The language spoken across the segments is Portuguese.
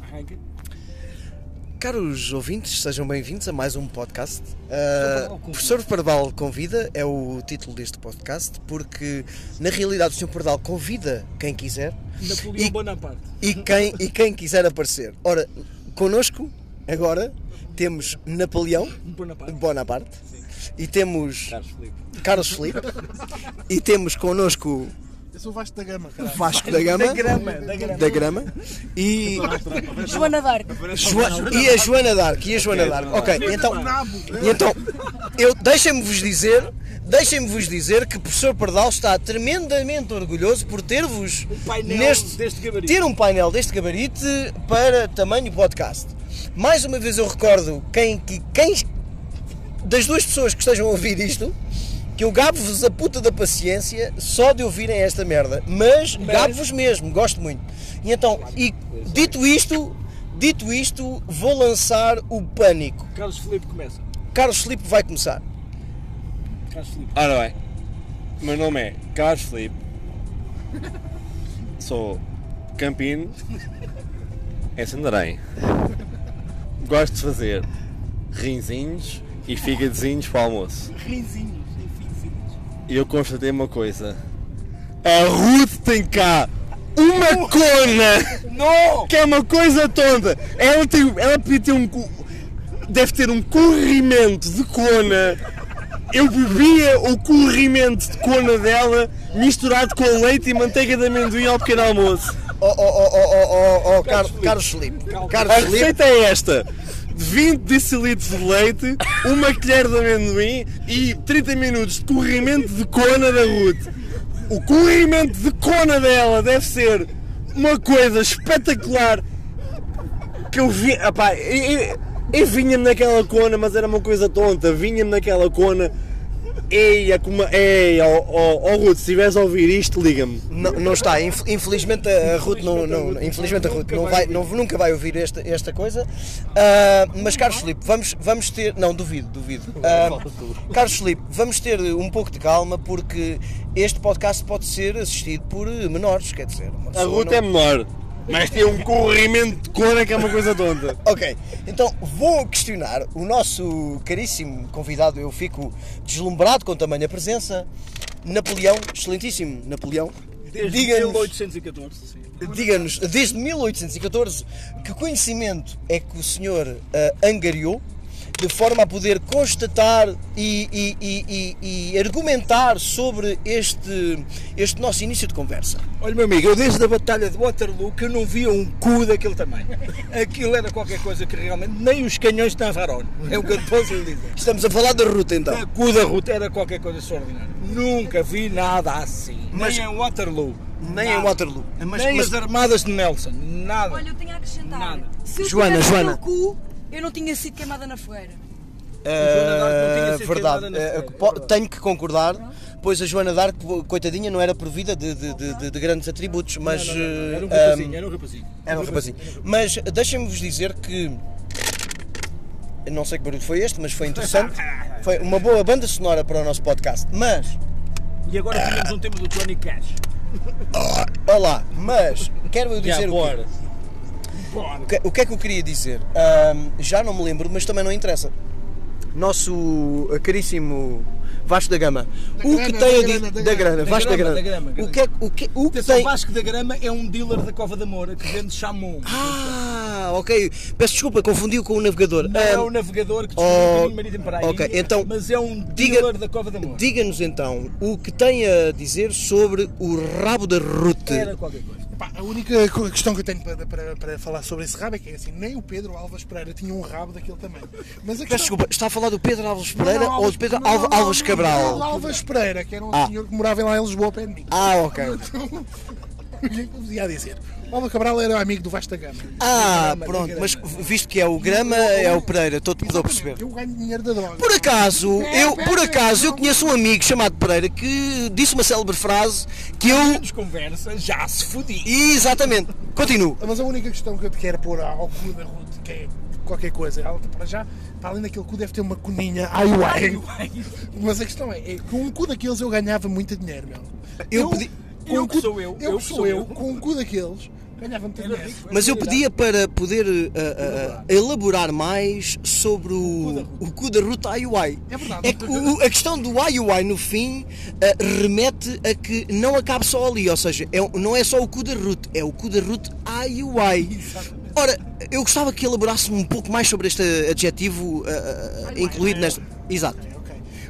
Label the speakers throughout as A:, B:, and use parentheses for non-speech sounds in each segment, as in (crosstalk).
A: Arranca.
B: Caros ouvintes, sejam bem-vindos a mais um podcast.
A: Pardal
B: Ah,
A: convida.
B: Professor Pardal convida é o título deste podcast, porque na realidade o Sr. Pardal convida quem quiser
A: Napoleão
B: E-
A: Bonaparte.
B: e quem, e quem quiser aparecer. Ora, connosco agora temos Napoleão
A: Bonaparte.
B: Bonaparte e temos
C: Carlos Filipe.
B: Carlos Felipe e temos connosco
D: Eu sou o Vasco da Gama, caralho.
B: Vasco da Gama,
A: grama, da grama.
B: Grama, e,
E: Joana Dark.
B: Joa- e a Joana Dark, e a Joana Dark. Ok, então, e então eu deixem-me vos dizer, deixem-me vos dizer que o professor Pardal está tremendamente orgulhoso por ter-vos
A: painel deste gabarito.
B: ter um painel deste gabarito para tamanho podcast. Mais uma vez eu recordo quem que quem das duas pessoas que estejam a ouvir isto, que eu gabo-vos a puta da paciência só de ouvirem esta merda. Mas gabo-vos mesmo, gosto muito. E então, e dito isto, dito isto, vou lançar o pânico.
A: Carlos Filipe começa.
B: Carlos Filipe vai começar.
A: Carlos Filipe.
C: Ora bem, o meu nome é Carlos Filipe, sou campino em Sandarém. Gosto de fazer rinzinhos e fígadozinhos para o almoço.
A: Rinzinhos. Enfimzinhos.
C: E eu constatei uma coisa: a Ruth tem cá uma cona!
A: Não!
C: Que é uma coisa tonta! Ela, tem, ela podia ter um. cu- Deve ter um corrimento de cona! Eu bebia o corrimento de cona dela misturado com leite e manteiga de amendoim ao pequeno almoço.
B: Oh, oh, oh, oh, oh, oh, oh Car-
A: Filipe.
B: Carlos Filipe.
A: Calma.
C: A
B: Carlos Filipe.
C: receita é esta: 20 decilitros de leite, uma colher de amendoim e 30 minutos de corrimento de cona da Ruth. O corrimento de cona dela deve ser uma coisa espetacular que eu vi. ah, Epá, eu, eu- eu vinha-me naquela cona, mas era uma coisa tonta. Vinha-me naquela cona. Eia, como. Eia, ó oh, Ruth, se estiveres a ouvir isto, liga-me.
B: Não, não está, Inf- infelizmente a Ruth não, não- não- infelizmente a Ruth não vai, não, nunca vai ouvir esta, esta coisa. Ah, mas Carlos Filipe, vamos, vamos ter, não duvido, duvido. Ah, Carlos Filipe, vamos ter um pouco de calma porque este podcast pode ser assistido por menores, quer dizer. uma
C: A
B: pessoa
C: Ruth
B: não-
C: é menor, mas tem um corrimento de cona que é uma coisa tonta.
B: Ok, então vou questionar o nosso caríssimo convidado. Eu fico deslumbrado com tamanha presença. Napoleão, excelentíssimo Napoleão.
A: Desde
B: Diga-nos
A: 1814. Sim.
B: Diga-nos, desde 1814, que conhecimento é que o senhor ah, angariou de forma a poder constatar e, e- e- e- e argumentar sobre este, este nosso início de conversa?
A: Olha, meu amigo, eu desde a Batalha de Waterloo que eu não via um cu daquele tamanho. Aquilo era qualquer coisa que realmente nem os canhões tanraram. É o que eu te posso lhe dizer.
B: Estamos a falar da ruta então.
A: A cu da Ruth era qualquer coisa extraordinária. Nunca vi nada assim.
B: Mas-
A: nem em Waterloo.
B: Nem
A: nada.
B: em Waterloo. Mas,
A: nem
B: mas-
A: as armadas de Nelson. Nada.
E: Olha, eu tenho a acrescentar.
A: Nada.
E: Se eu
B: Joana,
E: tivesse
B: Joana.
E: no cu, eu não tinha sido queimada na fogueira.
A: Joana D'Arc não tinha
B: Ah,
A: sido
B: Eh, verdade,
A: queimada na
B: Ah,
A: fogueira, é
B: po-
A: verdade.
B: tenho que concordar, pois a Joana D'Arc, coitadinha, não era provida de, de- de- de- de grandes atributos, mas
A: Não, não, não, não. Era um
B: ah,
A: rapazinho, era um rapazinho.
B: Era um rapazinho. Mas deixem-me vos dizer que. eu Não sei que barulho foi este, mas foi
A: (laughs)
B: interessante. Foi uma boa banda sonora para o nosso podcast. Mas.
A: E agora tínhamos um tema do Johnny Cash.
B: Olá, mas. Quero eu dizer o, quê? o que, o que é que eu queria dizer. Ahm, já não me lembro, mas também não interessa. Nosso caríssimo Vasco da Gama. o que
D: grana,
B: tem a
D: da
B: di-
D: grana, da
B: Da
D: grana.
B: grana,
A: Da
B: Vasco da
A: grama,
B: Gama.
A: da grama,
B: O que é que- o que, o que
A: Atenção,
B: tem.
A: Vasco da Grama é um dealer da Cova da Moura que vende chamon.
B: Ah, ok. Peço desculpa, confundiu com o navegador.
A: Não é
B: Ahm,
A: o navegador que
B: oh,
A: descobriu o caminho marítimo para a
B: ok,
A: Índia,
B: então,
A: mas é um
B: diga-
A: dealer da Cova da Moura.
B: Diga-nos então o que tem a dizer sobre o rabo da Ruth.
A: Era qualquer coisa.
D: Pá, a única co- questão que eu tenho para, para- para falar sobre esse rabo é que é assim, nem o Pedro Alves Pereira tinha um rabo daquele tamanho. Mas a questão...
B: Peço desculpa, está a falar do Pedro Alves
D: Não, não,
B: Pereira ou do Pedro
D: não, não,
B: Alves,
D: não,
B: Alves
D: não,
B: Cabral?
D: Pedro Alves Pereira, que era um
B: Ah.
D: senhor que morava lá em Lisboa, ao pé de mim.
B: Ah, ok.
D: O que é que eu vos ia dizer? O Alves Cabral era amigo do Vasta Gama.
B: Ah,
A: Grama,
B: pronto,
A: grama.
B: mas visto que é o Grama, é o Pereira, estou estou a perceber.
D: Eu ganho dinheiro da droga.
B: Por acaso,
D: É,
B: eu, por acaso, eu conheço um amigo chamado Pereira que disse uma célebre frase que eu.
A: Menos conversa, já se fodi.
B: Exatamente, continuo.
D: Mas a única questão que eu te quero pôr ao cu da Ruth, que é qualquer coisa, ela para já, para além daquele cu, deve ter uma coninha. Ai, uai. Mas a questão é, é que com um cu daqueles eu ganhava muito dinheiro, meu.
B: Eu pedi-
D: com
A: eu
D: um
A: que sou eu,
D: Eu
A: eu
D: que
A: que
D: sou
A: sou
D: eu,
A: eu.
D: com um cu daqueles Ganhava muito dinheiro.
B: Mas eu pedia para poder ah, ah, elaborar mais sobre o, o cu da ruta Ayuai.
D: É verdade.
B: que o- a questão do Ayuai no fim ah, remete a que não acabe só ali, ou seja, é, um- não é só o cu da ruta, é o cu da ruta Ayuai. Ora, eu gostava que elaborasse um pouco mais sobre este adjetivo ah, ah, incluído nesta. Exato.
D: Ok.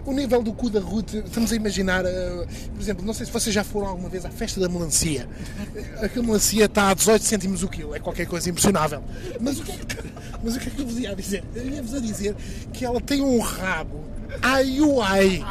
D: O nível do cu da Ruth, estamos a imaginar, eh, por exemplo, não sei se vocês já foram alguma vez à festa da melancia. Eh, Aquela melancia está a 18 cêntimos o quilo, é qualquer coisa impressionável. Mas o que é que, mas o que, é que eu vos ia dizer? Eu ia-vos a dizer que ela tem um rabo. Ai, uai!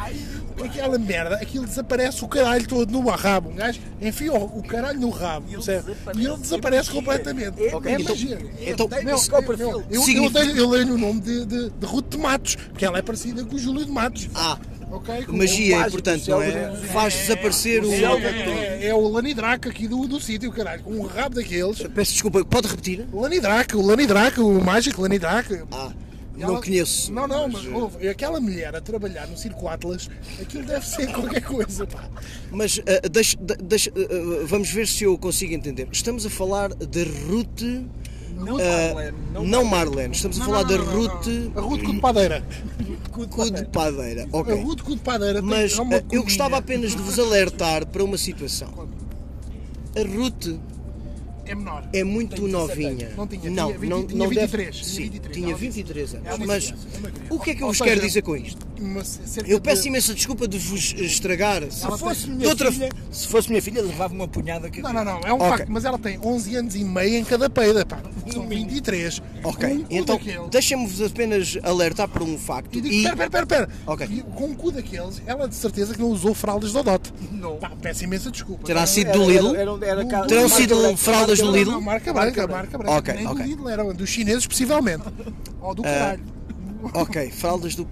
D: Aquela merda, aquilo desaparece o caralho todo no rabo. Um gajo enfia o, o caralho no rabo, percebe? E ele desaparece completamente. É
B: então-
D: magia.
B: Então,
D: Meu, eu, eu, eu,
B: Significa-
D: dei- eu dei-lhe o nome de, de, de Ruth de Matos, porque ela é parecida com o Júlio de Matos.
B: ah,
D: Ok? Com- um
B: magia,
A: Faz
B: portanto,
A: o
B: não
A: céu
B: é?
A: do-
B: Faz desaparecer o.
D: É, é, é o Lanidraca aqui do, do sítio, caralho, com um rabo daqueles.
B: Peço desculpa, pode repetir?
D: Lanidraca, o Lanidraca, o mágico Lanidraca.
B: Ah,
D: E
B: não
D: ela-
B: conheço. eh,
D: Não, não, mas ouve, aquela mulher a trabalhar no Circo Atlas, aquilo deve ser (laughs) qualquer coisa, pá.
B: Mas ah, deixa- de- deixa- ah, ah, vamos ver se eu consigo entender. Estamos a falar da Ruth.
A: Não
B: ah,
A: Marlene, não
B: não Marlene, estamos a falar da Ruth
D: A Ruth com de padeira.
B: Cu de Padeira.
D: A
B: Ok.
D: Ruth com de padeira. tem-
B: Mas
D: é uma
B: ah, eu
D: cozinha.
B: gostava apenas de vos alertar para uma situação. A Ruth
D: É menor.
B: é muito
D: Tem 17
B: novinha.
D: anos. Não tinha,
B: não,
D: tinha, vinte-
B: não,
D: tinha
B: não deve-
D: 23, tinha
B: Sim,
D: 23,
B: tinha
D: ela disse.
B: 23 anos.
D: Ela disse
B: Mas
D: isso, é uma criança.
B: o que é que eu
D: Ou
B: vos
D: seja,
B: quero dizer com isto?
D: Uma- cerca
B: Eu
D: de-
B: peço imensa desculpa de vos estragar. Se
A: Se fosse,
B: de
A: minha
B: outra
A: filha, se fosse minha filha, levava uma punhada que
D: Não, não, não, é um
B: Ok.
D: facto, mas ela tem 11 anos e meio em cada peida, pá. São 23.
B: Ok,
D: Com um cu
A: é
B: então
D: daquele.
B: deixem-vos apenas alertar por um facto.
D: E digo,
B: E-
D: pera, pera, pera, pera.
B: Ok.
D: E com um cu daqueles, ela de certeza que não usou fraldas da Dote.
A: Não.
D: Pá, peço imensa desculpa.
B: Terá
D: Não,
B: sido
A: Era-
B: do Lidl?
A: era- um era- era ca-
B: Terão
A: marca
B: sido
A: branca.
B: fraldas do
D: não,
B: Lidl?
D: não, marca branca, marca branca.
B: Ok,
D: Nem
B: ok. Eh,
D: do Lidl, eram dos chineses,
B: (laughs)
D: possivelmente. Ou do caralho.
B: Ok, fraldas do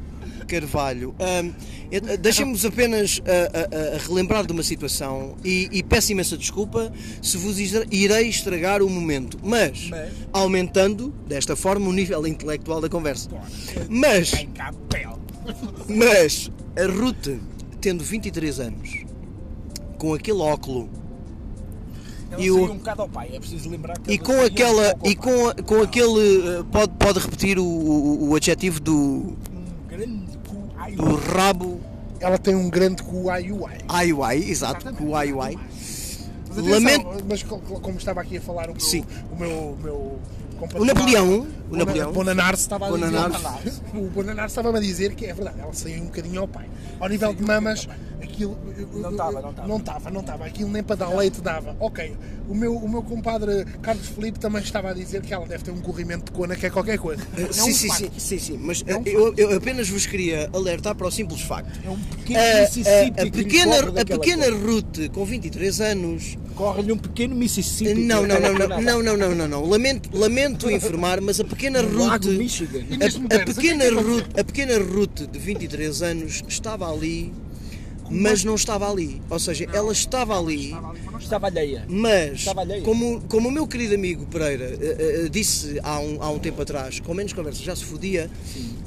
B: Carvalho. Ahm, eh, Deixem-me-vos apenas ah, ah, ah, relembrar de uma situação e, e peço imensa desculpa se vos isra- irei estragar o momento, mas,
A: Mas?
B: aumentando desta forma o nível intelectual da conversa. Mas,
A: Em capel.
B: mas a Ruth, tendo 23 anos, com aquele óculo
A: Ela
B: E
A: saiu
B: o-
A: um bocado ao pai, é preciso lembrar que
B: E
A: ela
B: com
A: saiu um
B: aquela.
A: pouco ao
B: E
A: pai.
B: com, a- com aquele. eh, Pode, pode repetir o, o, o adjetivo do,
A: Um grande cu. Ai,
B: do rabo
D: Ela tem um grande cu ai uai.
B: IY, exato, com o IY.
D: Mas atenção,
B: Lamento.
D: Mas co- co- como estava aqui a falar o meu.
B: Sim.
D: O meu. meu
B: O
D: compatriota-
B: Napoleão. O
D: O
B: Napoleão.
D: Bonanar estava a
B: Bonanarse.
D: dizer. O Bonanar estava-me a dizer que é verdade, ela saiu um bocadinho ao pai. Ao nível
B: um
D: de mamas, aquilo. eu- eu-
A: Não estava, não estava.
D: Não estava, não estava. Aquilo nem para dar leite dava. Ok. O meu, o meu compadre Carlos Felipe também estava a dizer que ela deve ter um corrimento de cona que é qualquer coisa. É um
B: Eh, Sim, sim,
D: facto.
B: sim, sim, sim, mas
D: É um
B: eh, eu, eu apenas vos queria alertar para o simples facto. Eh,
A: É um pequeno Mississippi.
B: A, a, a
A: que lhe
B: pequena,
A: corre
B: a
A: daquela
B: pequena
A: coisa.
B: Ruth com 23 anos.
A: Corre-lhe um pequeno Mississippi.
B: Não,
A: que
B: não,
A: lhe
B: não,
A: corre
B: não,
A: é nada.
B: não, não, não, não, não. Lamento,
A: (laughs)
B: lamento informar, mas a pequena
A: Um
B: Ruth.
A: Lago Michigan.
D: E neste
B: A, a
D: momento,
B: pequena
D: o que é que
B: Ruth, a pequena Ruth de 23 anos estava ali, mas não estava ali. Ou seja, ela estava ali,
A: Estava alheia.
B: mas
A: Estava alheia.
B: como, como o meu querido amigo Pereira eh, eh, eh, disse há um, há um tempo atrás, com menos conversa já se fodia,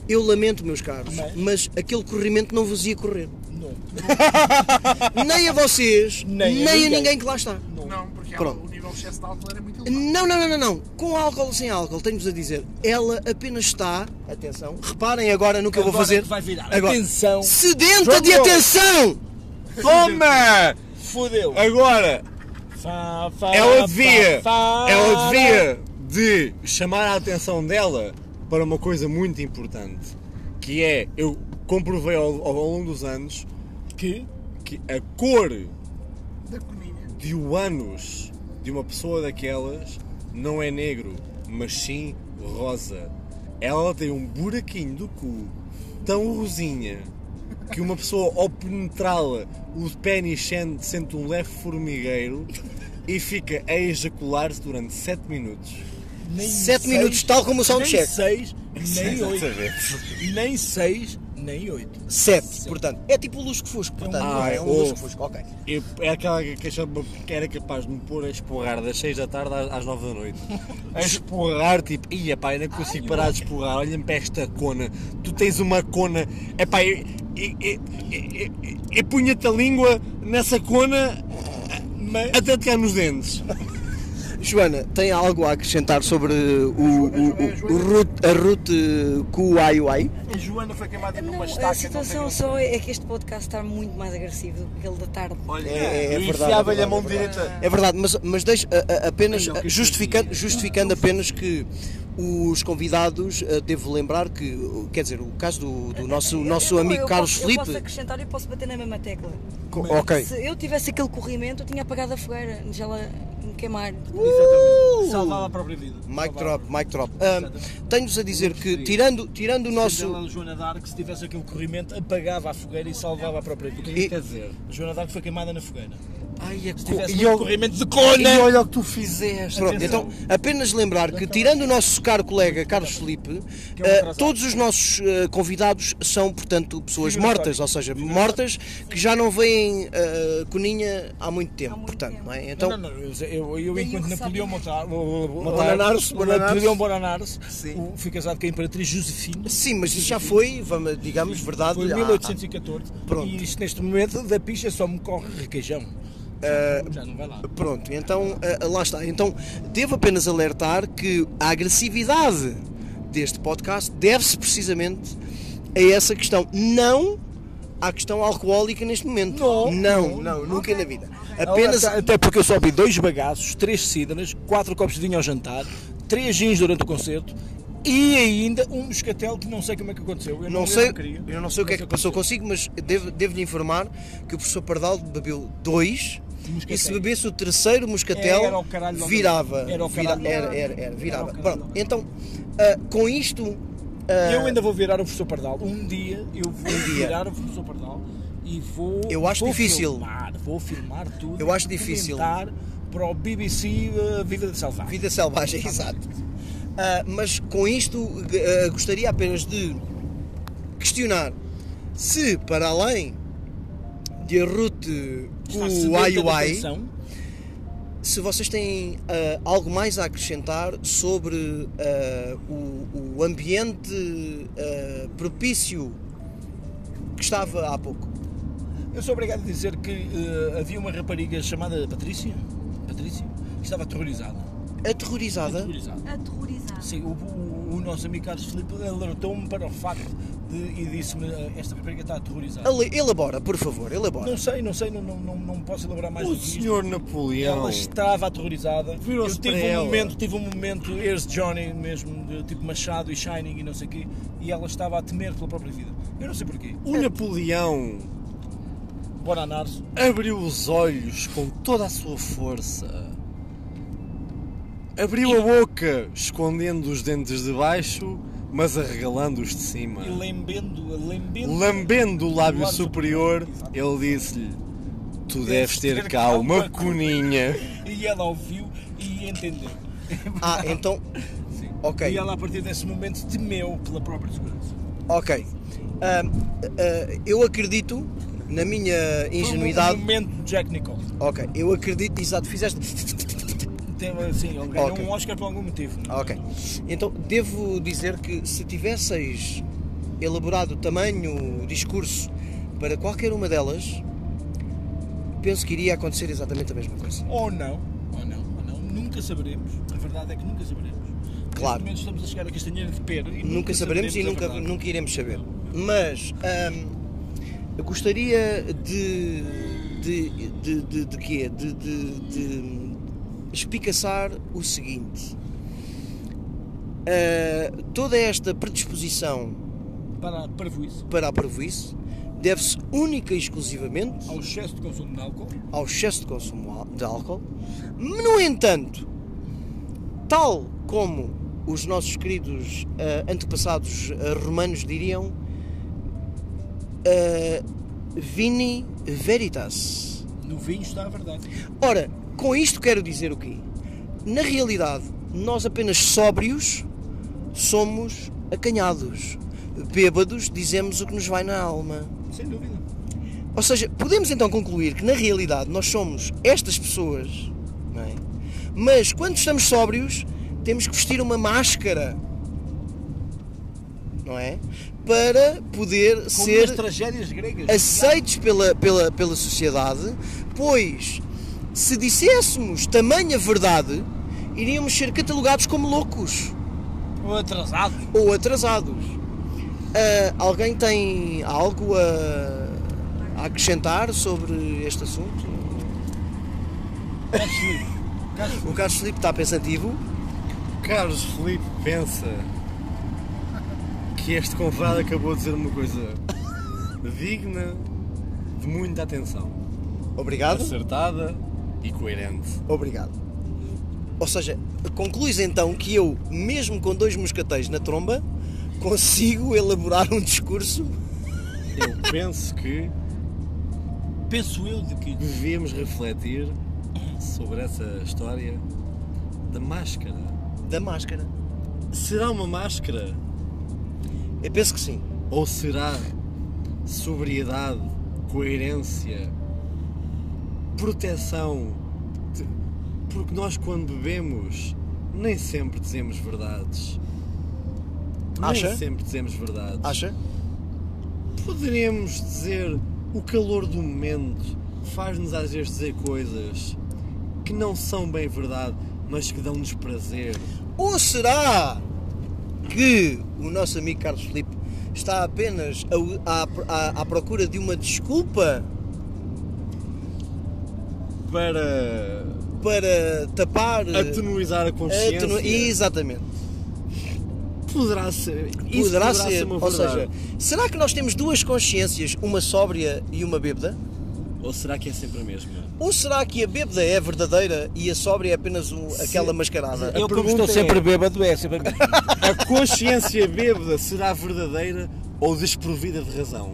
B: eu lamento, meus caros,
A: Mas?
B: mas aquele corrimento não vos ia correr.
A: Não.
B: (laughs) Nem a vocês, nem,
A: Nem a
B: a
A: ninguém.
B: ninguém que lá está.
D: Não, porque ela-
B: Pronto.
D: o nível de excesso de álcool era muito elevado.
B: Não, não, não, não, não. Com álcool ou sem álcool, tenho-vos a dizer, ela apenas está. Atenção. Reparem agora no que eu vou
A: Agora
B: fazer.
A: que vai virar.
B: Agora.
A: Atenção.
B: Sedenta de
A: Jogo.
B: atenção!
C: Toma!
A: Fodeu.
B: É-
C: Agora,
A: Fá, fá,
C: ela
A: fá,
C: devia,
A: fá,
B: É
C: ela devia de chamar a atenção dela para uma coisa muito importante, que é, eu comprovei ao, ao longo dos anos,
A: Que?
C: que a cor
D: Da coninha.
C: de o ânus de uma pessoa daquelas não é negro, mas sim rosa. Ela tem um buraquinho do cu tão rosinha que uma pessoa ao penetrá-la o pênis sente, sente um leve formigueiro e fica a ejacular-se durante 7 minutos.
A: Nem
B: Sete
A: seis,
B: minutos, tal como o soundcheck.
A: Nem
B: (laughs)
A: 6, nem
C: Exatamente.
A: 8. Nem 6, nem 8.
B: 7, portanto. É tipo o lusco fusco, portanto.
C: Ah,
B: é um
C: ouve.
A: oh.
B: lusco fusco, ok.
C: Eu, é aquela que achava que era capaz de me pôr a esporrar das 6 da tarde às, às 9
A: (laughs)
C: da noite. A esporrar, tipo, ia pá, eu não consigo parar de esporrar, olha-me para esta cona, tu tens uma cona, é pá, eu, eu, eu, eu, eu- eu eh, punha-te a língua nessa cona a- até tocar nos dentes.
B: Joana, tem algo a acrescentar sobre o, o, o- o root- a Ruth eh, Kuaiwai?
A: A Joana foi queimada
E: Não,
A: numa
E: a
A: estaca.
E: situação só é que este podcast está muito mais agressivo do que aquele da tarde.
A: Olha,
B: É, é
A: eu
B: verdade,
A: enfiava-lhe
B: é
A: a mão
B: verdade, é
E: Ah.
A: direita.
B: É verdade, mas, mas deixa a- a- apenas eh, justificando, justificando apenas que os convidados, eh, devo lembrar que, quer dizer, o caso do, do nosso, nosso
E: Eu-
B: amigo
E: É, então eu
B: Carlos
E: posso, Eu posso
B: Felipe.
E: acrescentar e posso bater na mesma tecla.
B: Ok.
E: Se eu tivesse aquele corrimento, eu tinha apagado a fogueira, já ela me queimar.
B: Uh!
A: Salvá-la a própria vida.
B: Mic drop, mic drop. Ahm, Tenho-vos a dizer que, tirando, tirando o nosso.
A: Ela, Joana Dark, se tivesse aquele corrimento, apagava a fogueira e salvava a própria vida. O que é que
B: E-
A: quer dizer? Joana Dark foi queimada na fogueira.
B: Ai, é
A: Se tivesse
B: co-
A: muito corrimento de cona.
B: E é
A: olha o que tu fizeste.
B: Pronto, então, apenas lembrar que, tirando o nosso caro colega Carlos Felipe, eh, todos os nossos eh, convidados são, portanto, pessoas mortas, ou seja, mortas que já não veem eh, Coninha há muito tempo,
E: muito
B: portanto,
E: tempo.
B: não é? Então,
A: Então, não, não, eu, eu, eu
E: Tenho
A: enquanto
E: que
A: Napoleão
E: saber.
A: Montar,
B: Bonanares, Bonanares.
A: Napoleão Bonanares,
B: Sim.
A: o- fui casado com a Imperatriz Josefina.
B: sim, mas isso já foi, vamos, digamos, verdade.
A: Foi em
B: há-
A: 1814.
B: Pronto.
A: E isto, neste momento, da picha só me corre requeijão.
B: Ah,
A: Já não vai lá.
B: Pronto, então eh, lá está. Então devo apenas alertar que a agressividade deste podcast deve-se precisamente a essa questão, não à questão alcoólica neste momento. Não, não, nunca na vida. Apenas
A: Até, até porque eu só bebi dois bagaços, três cidras, quatro copos de vinho ao jantar, três gins durante o concerto e ainda um moscatel que não sei como é que aconteceu. Eu
B: não
A: eu
B: sei,
A: queria.
B: eu não sei o que é que passou consigo, mas devo- devo-lhe informar que o professor Pardal bebeu dois. E se
A: Moscatel.
B: bebesse o terceiro moscatel,
A: Era o caralho logo.
B: virava.
A: Era o
B: vira-
A: caralho logo.
B: era, era, era, virava.
A: Era o caralho
B: Pronto,
A: logo.
B: então, ah, com isto, ah,
A: Eu ainda vou virar o professor Pardal. Um dia eu vou
B: dia.
A: virar o professor Pardal e vou.
B: Eu acho
A: vou
B: difícil.
A: Filmar, vou filmar tudo.
B: Eu acho
A: e
B: difícil.
A: documentar para o BBC a ah, Vida de Salvar.
B: Vida selvagem, (laughs) exato. Ah, mas com isto ah, gostaria apenas de questionar se para além de Ruth Uaiuai, se vocês têm ah, algo mais a acrescentar sobre ah, o, o ambiente ah, propício que estava há pouco.
A: Eu sou obrigado a dizer que eh, havia uma rapariga chamada Patrícia, Patrícia que estava aterrorizada.
B: Aterrorizada?
A: Aterrorizada.
E: Aterrorizado.
A: Sim, o, o- o nosso amigo Carlos Filipe alertou-me para o facto de, e disse-me: "Ah, Esta rapariga está aterrorizada.
B: Ale- Elabora, por favor, elabora.
A: (laughs) Não sei, não sei, não, não, não, não posso elaborar mais
F: O
A: do que isto.
F: senhor Napoleão.
B: Então,
A: Ela estava aterrorizada. Eu
F: Virou-se
A: tive
F: para
A: um
F: ela.
A: momento, tive um momento, Here's Johnny mesmo, de tipo Machado e Shining e não sei o quê, e ela estava a temer pela própria vida. Eu não sei porquê.
F: O Napoleão
A: Bora Narso.
F: abriu os olhos com toda a sua força. Abriu a boca, escondendo os dentes de baixo, mas arregalando-os de cima.
A: E lambendo, lambendo.
F: Lambendo o
A: O
F: lábio
A: lábio
F: superior, ele disse-lhe: Tu deves ter cá uma coninha.
A: E ela ouviu e entendeu.
B: Ah, então.
A: Sim.
B: Ok.
A: E ela a partir desse momento temeu pela própria segurança.
B: Ok. Ah, ah, eu acredito na minha
A: Foi
B: ingenuidade.
A: um momento de Jack Nicholson.
B: Ok, eu acredito, exato, fizeste.
A: Teve, sim, ele ganhou
B: Ok.
A: um Oscar por algum motivo. não é?
B: Ok. Então, devo dizer que se tivesseis elaborado tamanho, discurso para qualquer uma delas, penso que iria acontecer exatamente a mesma coisa.
A: Ou não, ou não, ou não. Nunca saberemos. A verdade é que nunca saberemos.
B: Claro.
A: Neste momento estamos a chegar a castanheira de pera e
B: Nunca saberemos é e
A: a
B: nunca,
A: verdade.
B: nunca iremos saber. Mas ahm, eu gostaria de. de. de. de, de quê? De, de, de espicaçar o seguinte. Ah, toda esta predisposição
A: Para, para isso.
B: para a parvoíce deve-se única e exclusivamente
A: Ao excesso de consumo de álcool.
B: ao excesso de consumo al- de álcool. No entanto, tal como os nossos queridos ah, antepassados ah, romanos diriam, ah, vini veritas.
A: No vinho está a verdade.
B: Ora, com isto quero dizer o quê? Na realidade, nós apenas sóbrios somos acanhados. Bêbados dizemos o que nos vai na alma.
A: Sem dúvida.
B: Ou seja, podemos então concluir que na realidade nós somos estas pessoas, não é? mas quando estamos sóbrios temos que vestir uma máscara, não é? Para poder
A: Como
B: ser
A: nas tragédias gregas.
B: aceitos pela, pela, pela sociedade, pois se disséssemos tamanha verdade, iríamos ser catalogados como loucos
A: Ou atrasados.
B: ou atrasados. Ah, alguém tem algo a, a acrescentar sobre este assunto? O Carlos Filipe está pensativo.
C: Carlos Felipe pensa que este convidado acabou de dizer uma coisa digna de muita atenção,
B: Obrigado.
C: acertada e coerente.
B: Obrigado. Ou seja, concluís então que eu, mesmo com dois moscateiros na tromba, consigo elaborar um discurso
C: Eu penso que
A: Penso eu de que.
C: devíamos refletir sobre essa história da máscara.
B: da máscara.
C: Será uma máscara
B: Eu penso que sim.
C: ou será sobriedade, coerência, proteção? Te- Porque nós, quando bebemos, nem sempre dizemos verdades.
B: Acha?
C: Nem sempre dizemos verdades.
B: Acha?
C: Poderemos dizer o calor do momento faz-nos às vezes dizer coisas que não são bem verdade, mas que dão-nos prazer.
B: Ou será que o nosso amigo Carlos Filipe está apenas a- a- a- à procura de uma desculpa
C: Para
B: para tapar. eh,
C: atenuizar a consciência.
B: atenu- Exatamente.
C: Poderá ser.
B: Poderá,
C: isso poderá
B: ser.
C: ser uma
B: Ou seja,
C: verdade.
B: será que nós temos duas consciências, uma sóbria e uma bêbada?
C: Ou será que é sempre a mesma?
B: Ou será que a bêbada é verdadeira e a sóbria é apenas o- aquela mascarada?
A: eu, como
C: pergunta
A: estou sempre
C: é-
A: bêbado, é sempre.
C: A consciência bêbada será verdadeira ou desprovida de razão?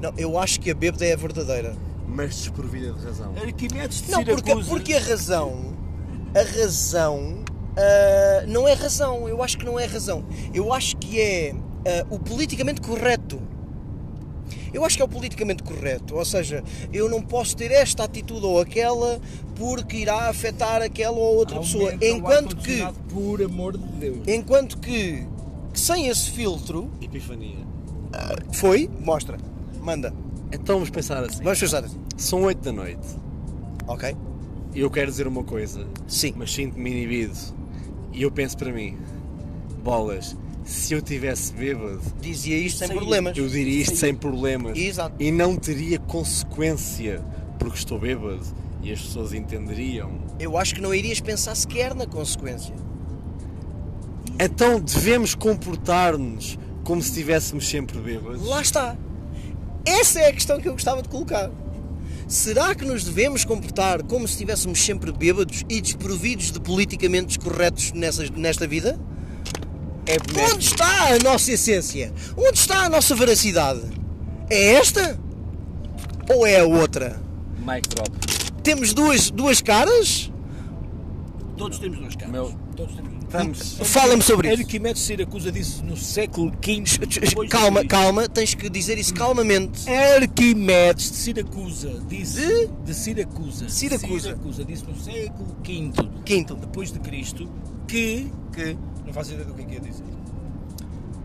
B: Não, eu acho que a bêbada é a verdadeira.
C: Mas desprovida de razão.
A: Arquimedes de
B: Não, porque,
A: Siracusa.
B: porque a razão, a razão ah, não é razão, eu acho que não é razão. Eu acho que é ah, o politicamente correto. Eu acho que é o politicamente correto, ou seja, eu não posso ter esta atitude ou aquela porque irá afetar aquela ou outra pessoa.
A: Aumenta o
B: Enquanto que,
A: um ar-condicionado, Por amor de Deus.
B: enquanto que, sem esse filtro,
C: Epifania.
B: foi, mostra, manda,
C: Então vamos pensar assim.
B: vamos pensar assim,
C: São 8 da noite.
B: ok?
C: Eu quero dizer uma coisa,
B: Sim.
C: mas sinto-me inibido. E eu penso para mim: bolas, se eu tivesse bêbado,
B: Dizia isto sem problemas.
C: eu diria isto sem problemas.
B: Exato.
C: E não teria consequência, porque estou bêbado e as pessoas entenderiam.
B: Eu acho que não irias pensar sequer na consequência.
C: Então devemos comportar-nos como se estivéssemos sempre bêbados.
B: Lá está. Essa é a questão que eu gostava de colocar. Será que nos devemos comportar como se estivéssemos sempre bêbados e desprovidos de politicamente corretos nessas- nesta vida?
C: É
B: Onde está a nossa essência? Onde está a nossa veracidade? É esta? Ou é a outra?
C: Mic drop.
B: Temos duas, duas caras?
A: Todos temos dois caras.
C: Meu.
A: Todos temos dois
C: Estamos.
B: Fala-me sobre isso.
A: Arquimedes de Siracusa disse no século XV. depois de
B: Calma,
A: Cristo.
B: calma, tens que dizer isso calmamente.
A: Arquimedes de Siracusa disse. De, Siracusa.
B: Siracusa.
A: Siracusa disse no século V
B: Quinto,
A: depois de Cristo que.
B: que
A: Não faço ideia do que é que ia dizer.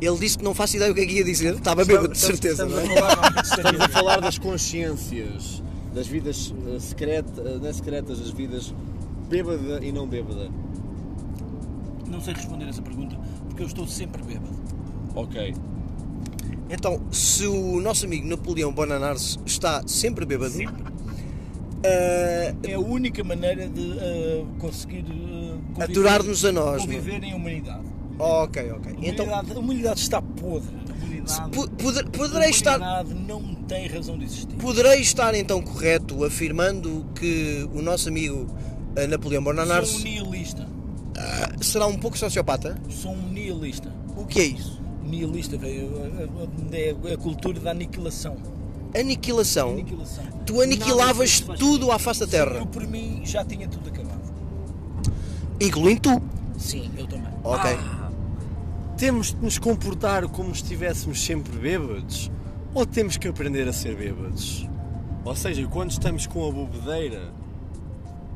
B: ele disse que não faço ideia do que é que ia dizer. Estava bêbado, de certeza, não é?
C: (laughs) Estamos a falar das consciências, das vidas eh, secreta, eh, não é secretas, das vidas bêbada e não bêbada.
A: Não sei responder essa pergunta porque eu estou sempre bêbado.
C: Ok.
B: Então, se o nosso amigo Napoleão Bonanars está sempre bêbado, Ah,
A: É a única maneira de ah, conseguir. ah, conviver-
B: Aturar-nos a nós,
A: Conviver em humanidade.
B: ok, ok.
A: A
B: Então,
A: humanidade, a humanidade está podre. A
B: se
A: humanidade,
B: po- poder-
A: a
B: poderei estar.
A: humanidade não tem razão de existir.
B: Poderei estar então correto afirmando que o nosso amigo eh, Napoleão
A: Sou um
B: Bonanars
A: nihilista.
B: será um pouco sociopata?
A: Sou um nihilista.
B: O que é isso?
A: Nihilista, velho. É a cultura da aniquilação.
B: Aniquilação.
A: aniquilação.
B: Tu aniquilavas
A: Nada
B: tudo à face da
A: Eu,
B: terra,
A: por mim, já tinha tudo acabado.
B: incluindo tu.
A: Sim, eu também.
B: Ok.
C: Temos de nos comportar como se estivéssemos sempre bêbados ou temos que aprender a ser bêbados? Ou seja, quando estamos com a bobedeira,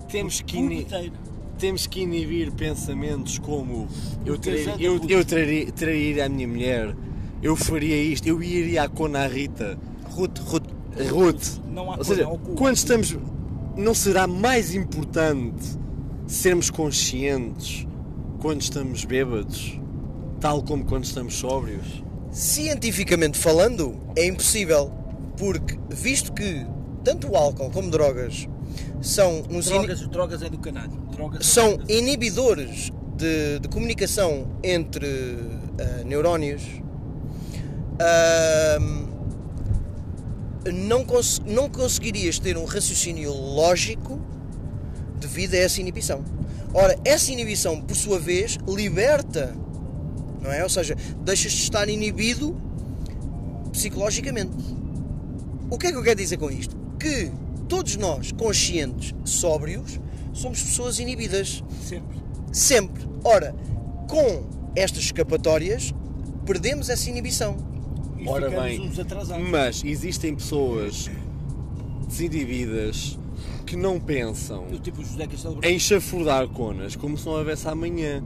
C: temos que, ini-
A: Inteiro.
C: temos que inibir pensamentos como eu,
A: tens
C: trair,
A: andado
C: eu,
A: puto.
C: eu trairi- trairia a minha mulher, eu faria isto, eu iria à cona à Rita. Ruth, Ruth. Ruth.
A: Não há
C: Ou seja,
A: cona, há o cu.
C: quando estamos. Não será mais importante sermos conscientes quando estamos bêbados, tal como quando estamos sóbrios.
B: Cientificamente falando, é impossível, porque visto que tanto o álcool como drogas são um uns ini-
A: Drogas, drogas é do canalho. Drogas
B: são inibidores de, de comunicação entre ah, neurónios, ahm, não, cons- não conseguirias ter um raciocínio lógico devido a essa inibição. Ora, essa inibição, por sua vez, liberta, não é? Ou seja, deixas de estar inibido psicologicamente. O que é que eu quero dizer com isto? Que todos nós, conscientes, sóbrios, somos pessoas inibidas.
A: Sempre.
B: Sempre. Ora, com estas escapatórias, perdemos essa inibição.
A: E
C: Ora
A: ficamos
C: bem, hum,
A: uns atrasados.
C: mas existem pessoas desindividas que não pensam
A: Eu, tipo o José Castelo Branco.
C: em chafurdar conas como se não houvesse amanhã,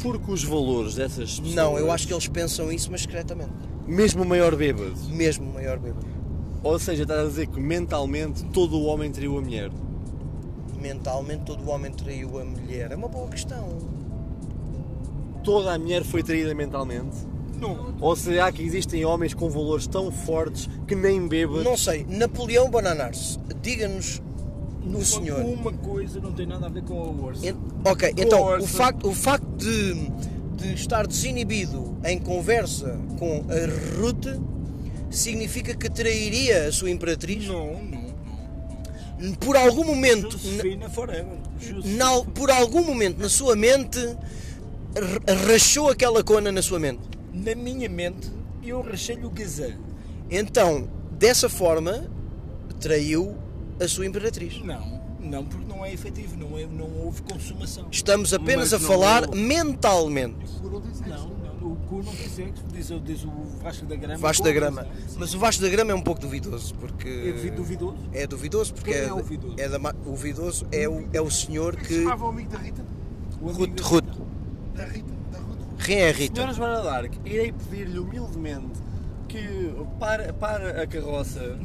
C: porque os valores dessas pessoas,
B: Não, eu acho que eles pensam isso, mas secretamente.
C: mesmo o maior bêbado,
B: Mesmo o maior bêbado.
C: ou seja, estás a dizer que mentalmente todo o homem traiu a mulher.
B: Mentalmente, todo o homem traiu a mulher. É uma boa questão.
C: Toda a mulher foi traída mentalmente.
A: Não.
C: Ou será que existem homens com valores tão fortes que nem bêbados?
B: Não sei, Napoleão Bonanarse, diga-nos o senhor.
A: Uma coisa não tem nada a ver com a outra.
B: En- Ok, então
C: Força.
B: o facto, o facto de, de estar desinibido em conversa com a Ruth significa que trairia a sua imperatriz
A: Não, não.
B: por algum momento. n-
A: Josefina forever. Josefina.
B: nal- por algum momento na sua mente r- rachou aquela cona na sua mente.
A: Na minha mente, eu rachei-lhe o gazan.
B: Então, dessa forma, traiu a sua imperatriz.
A: Não, não, porque não é efetivo, não, é, não houve consumação.
B: Estamos apenas
C: Mas
B: a
C: não-
B: falar mentalmente.
D: é
A: Não, não, o cu não tem sexo, diz, o- diz o Vasco da Grama.
B: Vasco da
A: Com
B: Grama.
A: razão.
B: Mas o Vasco da Grama é um pouco duvidoso, porque.
A: assim? É devido duvidoso.
B: É duvidoso porque
A: Quem
B: é,
A: é o duvidoso?
B: é da ma- o duvidoso é o, é o senhor que
D: Chamava o amigo da Rita?
A: O amigo
B: Ruth
A: da-
B: Ruth
D: Da Rita, da Ruth.
B: quem é a Rita?
C: Senhoras Joana d'Arc, irei pedir-lhe humildemente que para, para a carroça,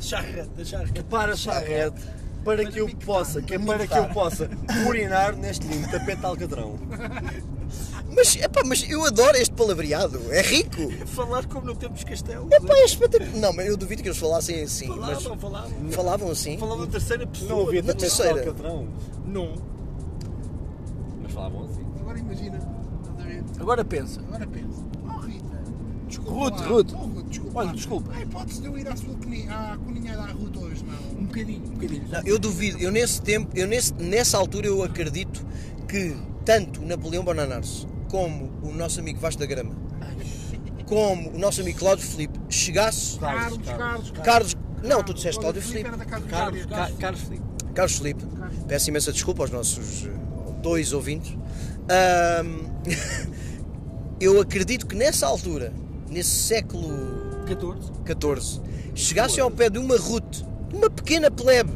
A: Charra, da charra.
C: que para a
B: é.
C: charrete, para que eu possa, que é para que eu possa urinar neste lindo tapete
B: (laughs)
C: de alcatrão.
B: Mas, epá, mas eu adoro este palavreado, é rico.
A: Falar como no tempo dos castelos. né?
B: Epá, é espetacular. Não, mas eu duvido que eles falassem assim. Mas
A: Falavam, falavam.
B: falavam assim.
A: Falavam em terceira
C: Não
A: pessoa.
C: havia
B: Na
C: tapete
B: terceira.
C: de alcatrão,
A: Não.
C: mas falavam assim.
D: Agora imagina. estás a ver?
A: Agora pensa.
D: Agora pensa. Oh Rita. Desculpa.
A: Ruth,
D: lá.
A: Ruth.
D: Oh, Ruth, desculpa.
A: Olha,
D: lá.
A: desculpa.
D: Há hipótese de eu ir à sua coni- à coninhada à Ruth hoje, não.
A: Um bocadinho, um bocadinho.
B: Não, eu duvido, eu nesse tempo, eu nesse, nessa altura eu acredito que tanto o Napoleão Bonanarse como o nosso amigo Vasco da Grama, como o nosso amigo Cláudio Filipe chegasse.
D: Carlos, Carlos, Carlos.
B: Carlos. Não, tu disseste Cláudio Filipe.
D: Era da casa
C: Carlos,
D: Carlos,
C: Ca- Carlos Filipe.
B: Carlos Filipe, peço imensa desculpa aos nossos eh, dois ouvintes. Ahm, (laughs) eu acredito que nessa altura, nesse século
A: 14.
B: XIV, chegassem ao pé de uma Ruth, uma pequena plebe,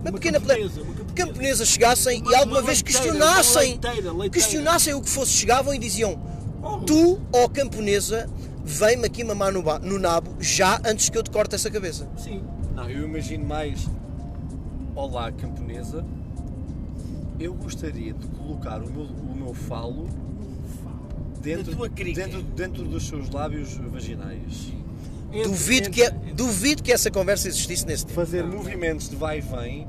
B: uma, pequena plebe,
A: camponesa, uma camponesa.
B: camponesa chegassem
A: Uma-
B: e alguma
A: uma
B: vez
A: leiteira,
B: questionassem,
A: uma leiteira, leiteira.
B: questionassem o que fosse, chegavam e diziam:
A: Oh, Ruth.
B: Tu, ó camponesa, vem-me aqui mamar no, ba- no nabo já antes que eu te corte essa cabeça.
A: Sim.
C: Não, eu imagino mais. Olá, camponesa. Eu gostaria de colocar o meu, o meu falo dentro,
A: Na tua crica.
C: dentro, dentro dos seus lábios vaginais.
A: Entra,
B: Duvido
A: entra,
B: que, é,
A: entra.
B: duvido que essa conversa existisse nesse tempo.
C: Fazer movimentos de vai e vem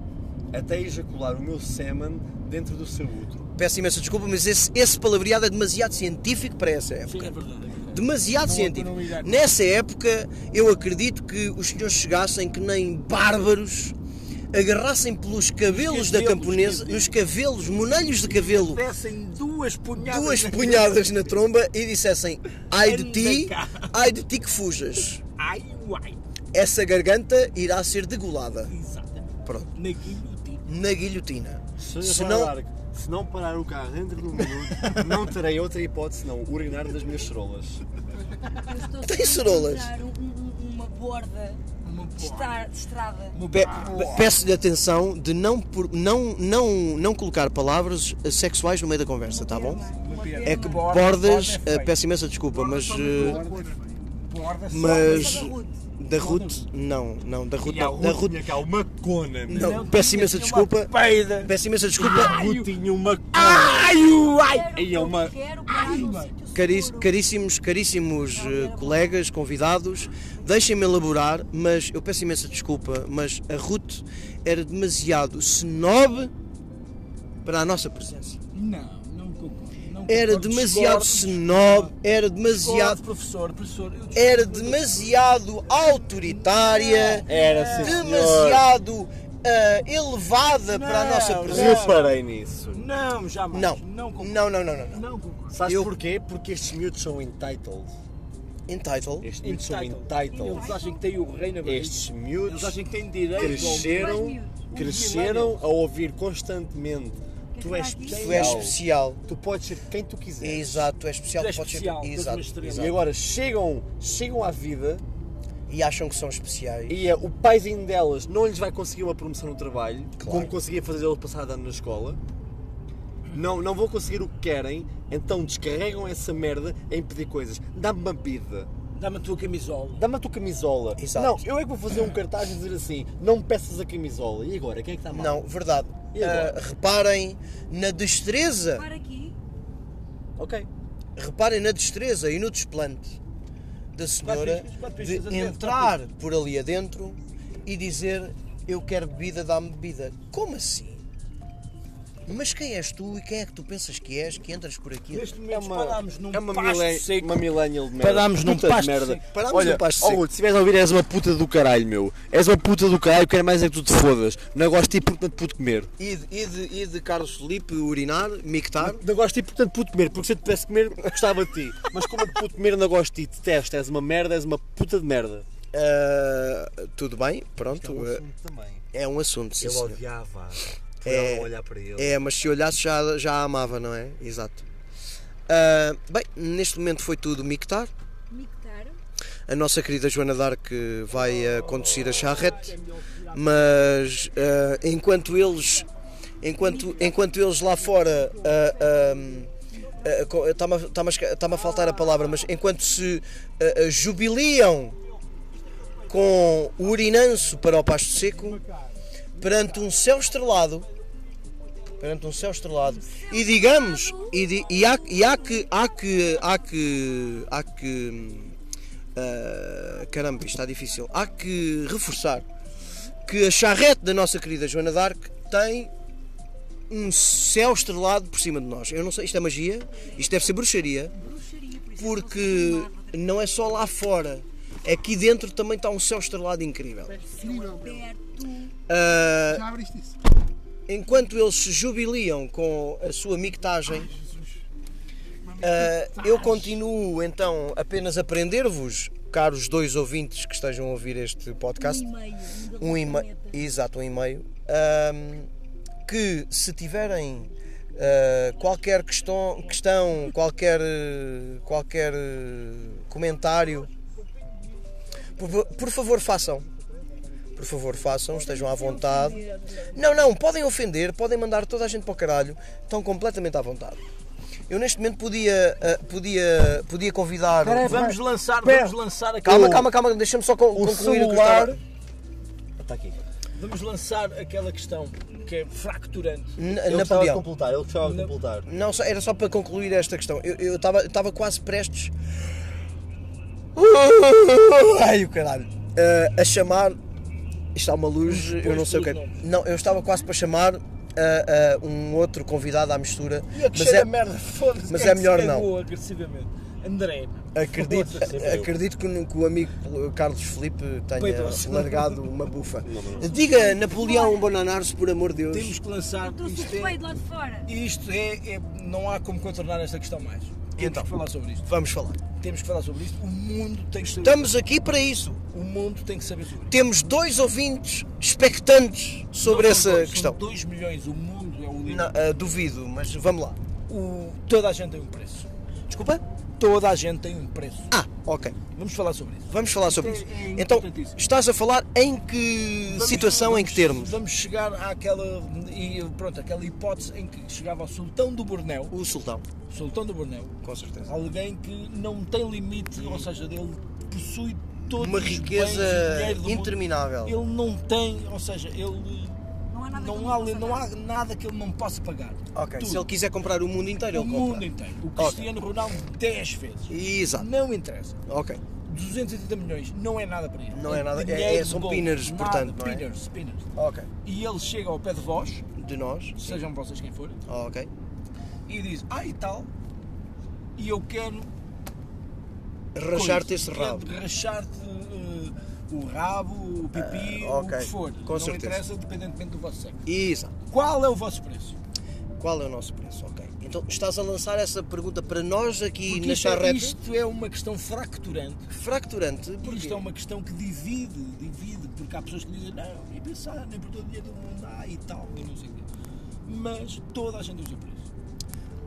C: até ejacular o meu sêmen dentro do seu útero.
B: Peço imensa desculpa, mas esse, esse palavreado é demasiado científico para essa época.
A: Sim, é verdade. é verdade.
B: Demasiado
A: Não,
B: científico.
A: não me dá.
B: Nessa época, eu acredito que os senhores chegassem que nem bárbaros agarrassem pelos cabelos
A: Nos
B: da
A: cabelos,
B: camponesa,
A: cabelos.
B: nos cabelos, monalhos de cabelo,
A: Dessem duas punhadas.
B: duas
A: na-
B: punhadas na tromba e dissessem: Ai de ti,
A: Anda cá."
B: ai de ti que fujas.
A: (laughs) Ai, uai.
B: Essa garganta irá ser degolada.
A: Exatamente.
B: Pronto,
A: Na guilhotina.
B: na guilhotina.
C: Se não, se não parar o carro dentro de um minuto, não terei outra hipótese não urinar das minhas cerolas.
B: (laughs) Tem cerolas?
E: um, Uma borda
A: Uma porra.
E: de estra- de estrada.
B: Pe- Peço-lhe atenção de não, por- não, não, não colocar palavras eh, sexuais no meio da conversa, tá bom? É que
A: Borda-
B: bordas,
A: borda é
B: eh,
A: feio.
B: peço imensa desculpa, mas. eh,
A: Borda só.
B: Mas.
E: Borda da Ruth.
B: da Ruth, não, não, da Ruth,
F: E há
B: não, da
F: Ruth
B: Ruth,
F: tinha
C: é
F: cá uma cona, meu.
B: não, peço imensa desculpa,
G: Peida.
B: peço imensa
F: A
B: desculpa,
F: Ruth tinha uma cona. Aí é uma-
E: Quero parar num sítio
B: Cari-
E: seguro.
B: caríssimos, caríssimos eh, colegas, convidados, deixem-me elaborar, mas eu peço imensa desculpa, mas a Ruth era demasiado snob para a nossa presença.
A: Não, não concordo. não
B: Era
A: concordo,
B: demasiado
A: discordo,
B: snob, era
A: discordo,
B: demasiado,
A: professor, professor. eu
B: era
A: discordo.
B: demasiado autoritária,
F: Era, sim, senhor.
B: demasiado ah, elevada para a nossa
A: não.
B: presença.
F: Reparei nisso.
A: Não, jamais.
B: Não,
A: Não concordo.
B: não, não, não, não. não.
A: Não concordo.
C: Sabes
B: Eu-
C: porquê? Porque estes miúdos são entitled.
B: Entitled.
C: Estes miúdos são
A: Eles
C: entitled.
A: acham que têm o reino aberto.
C: Estes
A: Eles
C: miúdos
A: acham que têm
C: é
A: direito. ao-
C: cresceram,
E: Mais miúdos. Um
C: cresceram a ouvir constantemente. Tu és
E: Tu
C: especial.
B: Tu és especial.
C: Tu podes ser quem tu
B: É,
C: quiseres.
B: exato, tu és especial,
A: Tu és
B: podes ser-
A: especial, tens uma
B: Exato,
A: estrela.
C: E
B: exato.
C: agora chegam, chegam à vida
B: E acham que são especiais.
C: e é, o paizinho delas não lhes vai conseguir uma promoção no trabalho, como conseguia fazer eles passar de ano na escola. Não, não vão conseguir o que querem, então descarregam essa merda a impedir coisas. Dá-me uma vida.
A: Dá-me a tua camisola.
C: Dá-me a tua camisola.
B: Exato.
C: Não, eu é que vou fazer um cartaz e dizer assim: não me peças a camisola. E agora? Quem é que está mal?
B: Não, verdade.
C: E agora?
B: Ah, reparem na destreza.
E: Para aqui.
C: Ok.
B: Reparem na destreza e no desplante da senhora
A: piscas, quatro
B: de
A: piscas adentro,
B: entrar por ali adentro e dizer eu quero bebida, dá-me bebida. Como assim? Mas quem és tu e quem é que tu pensas que és que entras por aqui?
A: Neste momento parámos num pasto
C: milen-
A: seco.
C: É uma millennial de merda.
A: Parámos num
C: Puta de
A: pasto
C: merda.
A: seco.
B: Parámos
C: Olha,
B: num pasto
C: ó,
B: seco.
C: Ruth, se estiveres a ouvir, és uma puta do caralho, meu. És uma puta do caralho, quero mais é que tu te fodas. Não gosto de ti, portanto, puto comer.
B: E de, e de- e de Carlos Felipe urinar, mictar?
C: Ah, Não gosto de ti, portanto, puto comer. Porque se eu te pudesse comer, gostava de ti. Mas como eu te puto comer, não gosto de ti. Detesto, és uma merda, és uma puta de merda.
B: Ah, tudo bem, pronto. ah,
C: também.
B: É um assunto, sim,
C: Eu
B: senhor.
C: odiava.
B: É-
C: É... olhar para ele.
B: É, mas se olhasse já, já a amava, não é? Exato. Ah, bem, neste momento foi tudo mictar.
E: Mictar.
B: A nossa querida Joana Dark vai a conduzir a charrete, mas ah, enquanto eles enquanto, enquanto eles lá fora eh, ehm, está-me a, eh, tá-me a faltar a palavra, mas enquanto se ah, ah, jubiliam com o urinanço para o pasto seco perante um céu estrelado perante um céu estrelado e digamos e, di- e há, e há que há que há que há que hum, ah, caramba isto está difícil há que reforçar que a charrete da nossa querida Joana d'Arc tem um céu estrelado por cima de nós eu não sei isto é magia isto deve ser bruxaria
E: Bruxaria, por isso.
B: porque não é só lá fora aqui dentro também está um céu estrelado incrível
D: Incrível, meu.
E: Perto.
B: Ah,
D: Já abriste isso.
B: enquanto eles se jubiliam com a sua mictagem, ah, eu continuo então apenas a prender-vos, caros dois ouvintes que estejam a ouvir este podcast,
E: Um e-mail. muda de
B: um e-mail,
E: planeta.
B: exato, um e-mail, ahm, que se tiverem ah, qualquer questão, questão qualquer, eh, qualquer eh, comentário, por, por favor façam. Por favor, façam, estejam à vontade. Não, não, podem ofender, podem mandar toda a gente para o caralho, estão completamente à vontade. Eu neste momento podia, ah, podia, podia convidar.
A: Vamos lançar, vamos lançar aquela.
B: Calma, calma, calma, deixa-me só con-
F: O
B: concluir o que eu
F: celular-
B: estava-
C: Está aqui.
A: Vamos lançar aquela questão que é fracturante.
B: Na,
C: Ele
B: na
C: gostava de
B: padeão.
C: completar, ele gostava de completar.
B: Não, só- era só para concluir esta questão. Eu- Eu estava estava quase prestes. Uh, Ai, o caralho. Uh, a chamar. Isto há uma luz, eu não sei o que é. Não, eu estava quase para chamar uh, uh, um outro convidado à mistura. Mas é,
A: merda, foda-se.
B: mas
A: quem
B: é melhor
A: se cagou
B: não.
A: agressivamente. André,
B: acredito,
A: foda-se.
B: acredito que, o- que o amigo Carlos Felipe tenha
A: Peidos.
B: largado uma bufa. Diga Napoleão Bonanarse, por amor de Deus.
A: temos que lançar.
E: Trouxe o
A: Isto, é,
E: feio de lá de fora.
A: isto é, é- Não há como contornar esta questão mais. Temos
B: Então.
A: que falar sobre isto.
B: Vamos falar.
A: Temos que falar sobre isto. O mundo tem que saber.
B: Estamos aqui para isso.
A: O mundo tem que saber sobre isto.
B: temos dois ouvintes expectantes sobre
A: Não
B: essa
A: são dois,
B: questão.
A: São 2 milhões. O mundo é o
B: Não,
A: livro.
B: ah, duvido, mas vamos lá.
A: O, toda a gente tem um preço.
B: Desculpa?
A: Toda a gente tem um preço.
B: Ah, ok.
A: Vamos falar sobre isso.
B: Vamos falar sobre
A: É-
B: isso.
A: é
B: Então,
A: importantíssimo.
B: estás a falar em que
A: Vamos-
B: situação, em que
A: vamos-
B: termos?
A: Vamos chegar àquela, e, pronto, àquela hipótese em que chegava o sultão do Borneu,
B: O Sultão,
A: sultão do Borneu,
B: com certeza.
A: alguém que não tem limite, ou seja, ele possui todos
B: Uma
A: os bens
B: riqueza
A: e dinheiro do mundo.
B: interminável.
A: Ele não tem, ou seja, ele
E: Não há nada que
A: não
E: eu
A: há,
E: não
A: li-
E: possa
A: não
E: dar.
A: há nada que ele não possa pagar.
B: Ok,
A: Tudo.
B: se ele quiser comprar o mundo inteiro,
A: O
B: ele compra.
A: mundo inteiro. O Cristiano Ronaldo 10 vezes.
B: Exato.
A: Não interessa.
B: Ok.
A: 280 milhões não é nada para ele.
B: Não é nada- é-
A: dinheiro
B: é- são
A: de
B: pinners,
A: nada,
B: portanto, não é?
A: Pinners, pinners.
B: Ok.
A: E ele chega ao pé de vós,
B: De nós.
A: sejam vocês quem forem,
B: ok.
A: e diz, ah e tal, e eu quero
B: Rachar-te
A: coisa.
B: esse rabo.
A: Quero Rachar-te eh, o rabo, o pipi,
B: Ah, ok.
A: o que for.
B: Com
A: não
B: certeza.
A: interessa, independentemente do vosso sexo.
B: Exato.
A: Qual é o vosso preço?
B: Qual é o nosso preço? Ok. Então estás a lançar essa pergunta para nós aqui
A: Porque
B: na
A: isto, é,
B: charrete.
A: isto é uma questão fracturante.
B: Fracturante.
A: Porque
B: Porquê?
A: isto é uma questão que divide, divide, porque há pessoas que dizem, não, nem pensar, nem por todo o dinheiro do mundo, ah, e tal, e não sei o quê. Mas toda a gente usa o preço.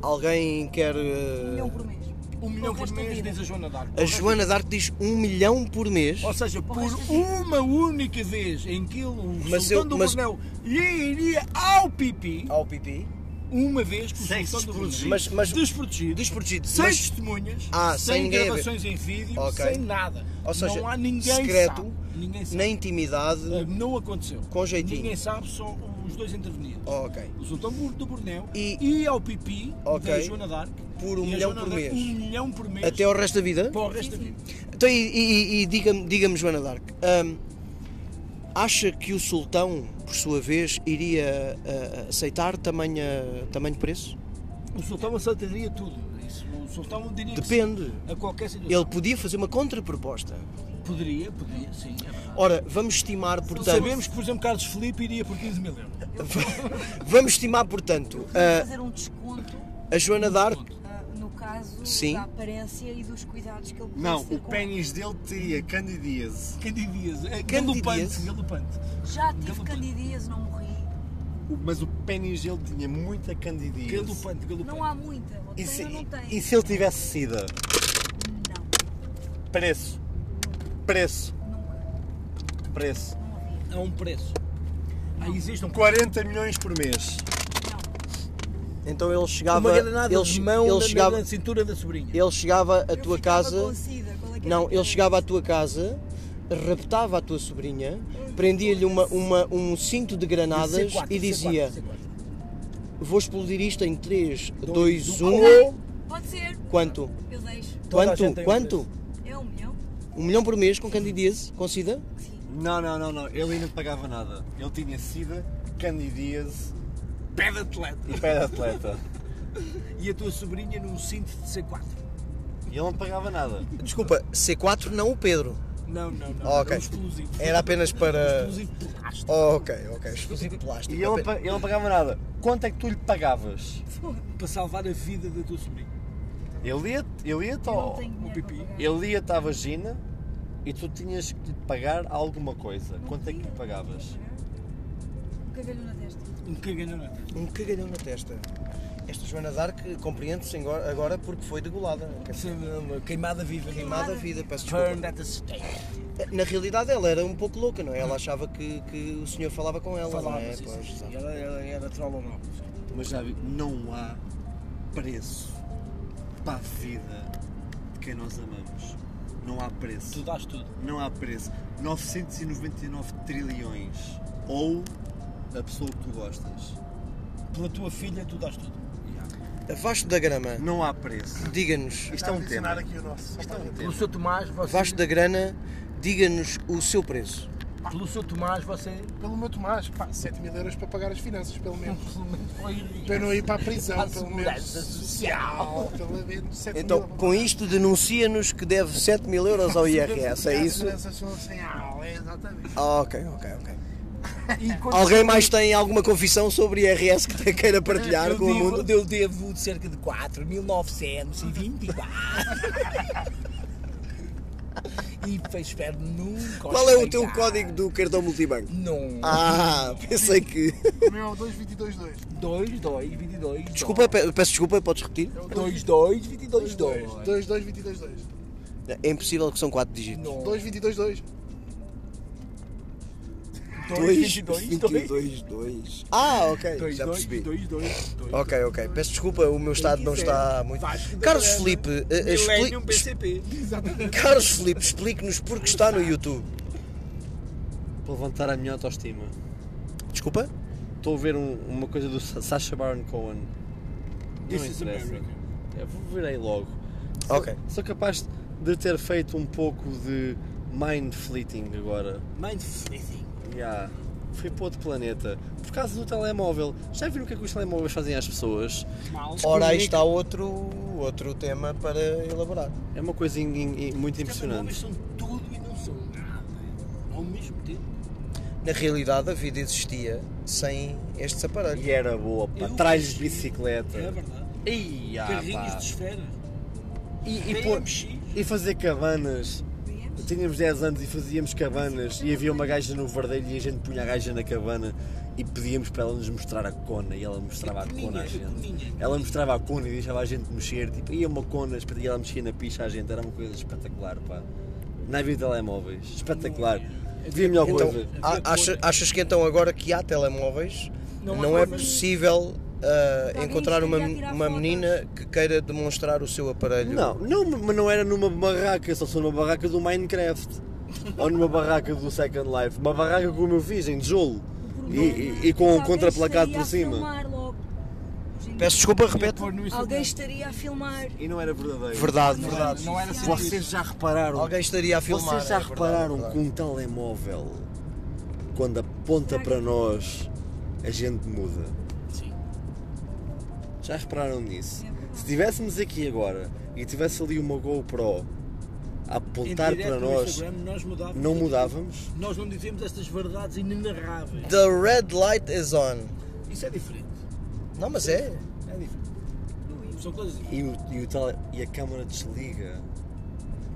B: Alguém quer. eh,
E: Um milhão por mês.
A: Um milhão por
E: resto da
A: mês,
E: vida.
A: diz a Joana D'Arco.
B: A Joana D'Arco diz um milhão por mês.
A: Ou seja, por
E: resto da
A: uma única vez em que ele, o
B: Mas
A: Sultão
B: eu-
A: do
B: mas-
A: Brunel iria ao pipi,
B: Ao pipi.
A: uma vez que o
C: Sem
A: Sultão do
C: desprotegido.
A: Brunel,
B: Mas- mas-
A: desprotegido,
B: Desprotegido.
A: sem
B: Mas,
A: testemunhas,
B: Ah, sem
A: sem
B: ninguém a ver.
A: gravações em vídeo,
B: Ok.
A: sem nada.
B: ou seja,
A: não há ninguém
B: secreto,
A: sabe. Ninguém sabe.
B: na intimidade.
A: Uh, Não aconteceu.
B: Com jeitinho.
A: Ninguém sabe, só os dois interveniram.
B: Oh, Ok.
A: O Sultão Bur- do Borneo
B: E-
A: e, ao Pipi
B: Ok.
A: da Joana Dark.
B: Por um
A: E a
B: milhão
A: Joana
B: por
A: D'Arc,
B: mês.
A: Um milhão por mês.
B: Até ao resto da vida?
A: para o resto da vida.
B: Então, e, e- e diga-me, diga-me, Joana Dark, hum, acha que o Sultão, por sua vez, iria ah, aceitar tamanho, tamanho preço?
A: O Sultão aceitaria tudo. é Isso, o Sultão diria que
B: Depende.
A: sim, a qualquer situação.
B: Ele podia fazer uma contraproposta.
A: Poderia, poderia, sim. É verdade.
B: Ora, vamos estimar, portanto.
A: Sabemos que, por exemplo, Carlos Felipe iria por 15 mil euros.
B: (laughs) Vamos estimar, portanto, ah,
E: fazer um desconto
B: a Joana Dark.
E: ah, no caso
B: Sim.
E: da aparência e dos cuidados que ele precisa
C: Não,
E: ter
C: o
E: com-
C: pênis dele teria candidíase.
A: Candidíase. É,
B: Candidíase?
A: Galopante, galopante.
E: Já tive
A: Galopante.
E: candidíase, não morri.
C: O- Mas o pênis dele tinha muita candidíase.
A: Galopante, galopante.
E: Não há muita. Ou
C: E
E: tem
C: se,
E: ou não tem.
C: e se ele tivesse sida?
E: Não,
C: Preço. Preço.
E: nunca.
C: Preço.
E: Não havia.
A: Há um preço. Ah, existe um
C: 40 milhões por mês.
E: Não.
B: Então ele chegava.
A: Uma granada
B: ele,
A: de
B: che-
A: mão
B: ele
A: na-
B: chegava,
A: na cintura da sobrinha.
B: ele chegava à
E: Eu
B: tua
E: ficava
B: casa.
E: com sida, qual é que era
B: Não,
E: a
B: ele
E: diferença?
B: chegava à tua casa, raptava a tua sobrinha, prendia-lhe uma, uma- um cinto Hum, de granadas
A: C4,
B: e
A: C4,
B: dizia:
A: C4.
B: Vou explodir isto em 3, 2, 1.
E: Pode ser.
B: Quanto?
E: Eu deixo.
A: Toda a gente
B: Quanto?
A: tem
B: Quanto?
E: É um milhão?
B: Um milhão por mês com candidíase, com sida?
E: Sim.
C: Não, não, não, não. Ele ainda pagava nada. Ele tinha sida, candidíase
A: Pé de atleta.
C: e pé de atleta.
A: E a tua sobrinha num cinto de C4.
C: E ele não pagava nada.
B: Desculpa, C4 não o Pedro.
A: Não, não, não.
B: Ok.
A: Era um explosivo.
B: Era apenas para-
A: Um
B: Oh,
A: explosivo de plástico.
B: Ok, ok, explosivo de plástico.
C: E ele, não pa- ele não pagava nada. Quanto é que tu lhe pagavas?
A: Para salvar a vida da tua sobrinha.
C: Ele ia, ele ia-te
E: Eu
C: ao-
E: não tenho dinheiro
A: pipi.
E: para pagar.
C: Oh, Ele ia-te à vagina e tu tinhas que lhe pagar alguma coisa.
E: Não
C: Quanto é que
E: podia,
C: lhe pagavas?
E: não podia pagar. Um cagalho na testa.
A: Um cagalhão na testa.
B: Um cagalhão na testa. Esta Joana Dark compreende-se agora agora porque foi degolada.
A: É Sim, uma Queimada viva.
B: Queimada a vida, peço desculpa.
A: Burned at the stake.
B: Na realidade ela era um pouco louca, não é? Ela achava que, que o senhor falava com ela, não
A: Falava,
B: é?
A: sim, sim,
B: Pois,
A: sim.
B: exato.
A: Ela ela era troll ou não.
C: Mas já vi, não há preço para a vida de quem nós amamos. Não há
A: Tu
C: preço.
A: dás tudo.
C: Não há preço. 999 trilhões. Ou a pessoa que tu gostas.
A: Pela tua filha, tu dás tudo.
B: Abaixo da grama,
C: Não há preço.
B: diga-nos,
C: Isto é um
D: adicionar
C: tema.
D: aqui o nosso.
C: Isto é um
A: Pelo
C: tema.
A: seu Tomás,
B: abaixo
A: você...
B: da grana, diga-nos o seu preço.
A: Pelo seu Tomás, você...
D: Pelo meu Tomás, pá, 7 mil euros para pagar as finanças, pelo menos.
A: Foi rico.
D: Para eu não ir para a prisão,
A: À
D: pelo menos.
A: segurança social.
D: Pelo menos é 7
B: Então,
D: mil.
B: com isto, denuncia-nos que deve 7 mil euros ao IRS, é
D: À (laughs)
B: isso?
D: segurança social, é exatamente.
B: Ah, ok, ok, ok.
A: E quando-
B: Alguém mais tem alguma confissão sobre IRS que te queira partilhar
A: eu
B: com o
A: devo-
B: mundo?
A: Eu devo de cerca de 4.924. e pois, espero nunca. os
B: Qual é o teu
A: pagar.
B: código do cartão multibanco?
A: Não.
B: Ah, pensei que.
D: O meu é o 2222.
A: 2, 2, 22.
B: Desculpa, pe- peço desculpa, podes repetir?
A: 2, 2, 22, 2.
D: 2222.
B: É impossível que são 4 dígitos.
A: Não.
D: 2222.
G: dois, dois, dois,
H: 22, 2.
B: Ah, ok.
G: dois,
H: já
G: dois,
H: percebi.
G: dois, dois, dois.
B: Ok, ok. Peço desculpa, o meu estado não está muito. Carlos Felipe, eh, eh,
G: Millennium
B: expli-
G: PCP.
B: (laughs) Carlos Felipe, explique-nos porque está no YouTube.
C: Para levantar a minha autoestima.
B: Desculpa?
C: Estou a ver um- uma coisa do Sa- Sacha Baron Cohen.
G: This
C: não
G: is
C: interessa. É,
G: America.
C: Eu virei logo.
B: Ok.
C: Sou capaz de ter feito um pouco de mind fleeting agora.
G: Mind flipping.
C: Yeah. Fui para outro planeta. Por causa do telemóvel. Já viram o que é que os telemóveis fazem às pessoas?
B: Ora, aí está outro, outro tema para elaborar.
C: É uma coisa in- in- in-
B: é
C: muito
A: Impressionante.
C: impressionante.
A: são tudo e não são nada ao mesmo tempo.
B: Na realidade, a vida existia sem estes aparelhos.
C: E era boa, pá.
A: Eu
C: Tralhos de
A: prefiro- É
C: bicicleta.
A: verdade.
C: Ia,
B: Ah,
A: Carrinhos
C: pá.
A: de esferas.
C: E, e, pô-
A: BMX.
C: e fazer cabanas. Tínhamos 10 anos e fazíamos cabanas. E havia uma gaja no verdelho e a gente punha a gaja na cabana e pedíamos para ela nos mostrar a cona. E ela mostrava a cona à gente. Ela mostrava a cona e deixava a gente mexer. Tipo, ia uma cona espet- e ela mexia na picha à gente. Era uma coisa espetacular, pá. Não havia telemóveis. Espetacular. Havia melhor
B: Então,
C: é coisa.
B: a- acha- achas que então agora que há telemóveis, não, é possível ah,
E: Alguém
B: encontrar uma,
E: queria tirar
B: uma
E: fotos.
B: menina que queira demonstrar o seu aparelho?
C: Não, não, mas não era numa barraca, só sou numa barraca do Minecraft. ou numa barraca do Second Life. Uma barraca como eu fiz, em tijolo. E, e- e com o contraplacado por cima.
B: Peço desculpa, repete.
E: Alguém estaria a filmar.
C: E não era verdadeiro.
B: Verdade, verdade.
E: Não era assim.
C: Vocês já repararam?
B: Alguém estaria a filmar.
C: vocês já
B: é verdade,
C: repararam
B: é verdade.
C: que um telemóvel, quando aponta para nós, a gente muda?
A: Sim.
C: Já repararam nisso?
E: É verdade.
C: Se estivéssemos aqui agora e tivesse ali uma GoPro a
A: Em
C: apontar
A: direto
C: para
A: no
C: nós,
A: Instagram, nós mudávamos.
C: não mudávamos?
A: Nós não dizemos estas verdades inenarráveis.
B: The red light is on.
A: Isso é diferente.
B: Não, mas é.
A: É diferente. São coisas diferentes.
C: E, o, e, o tele- e a câmara desliga,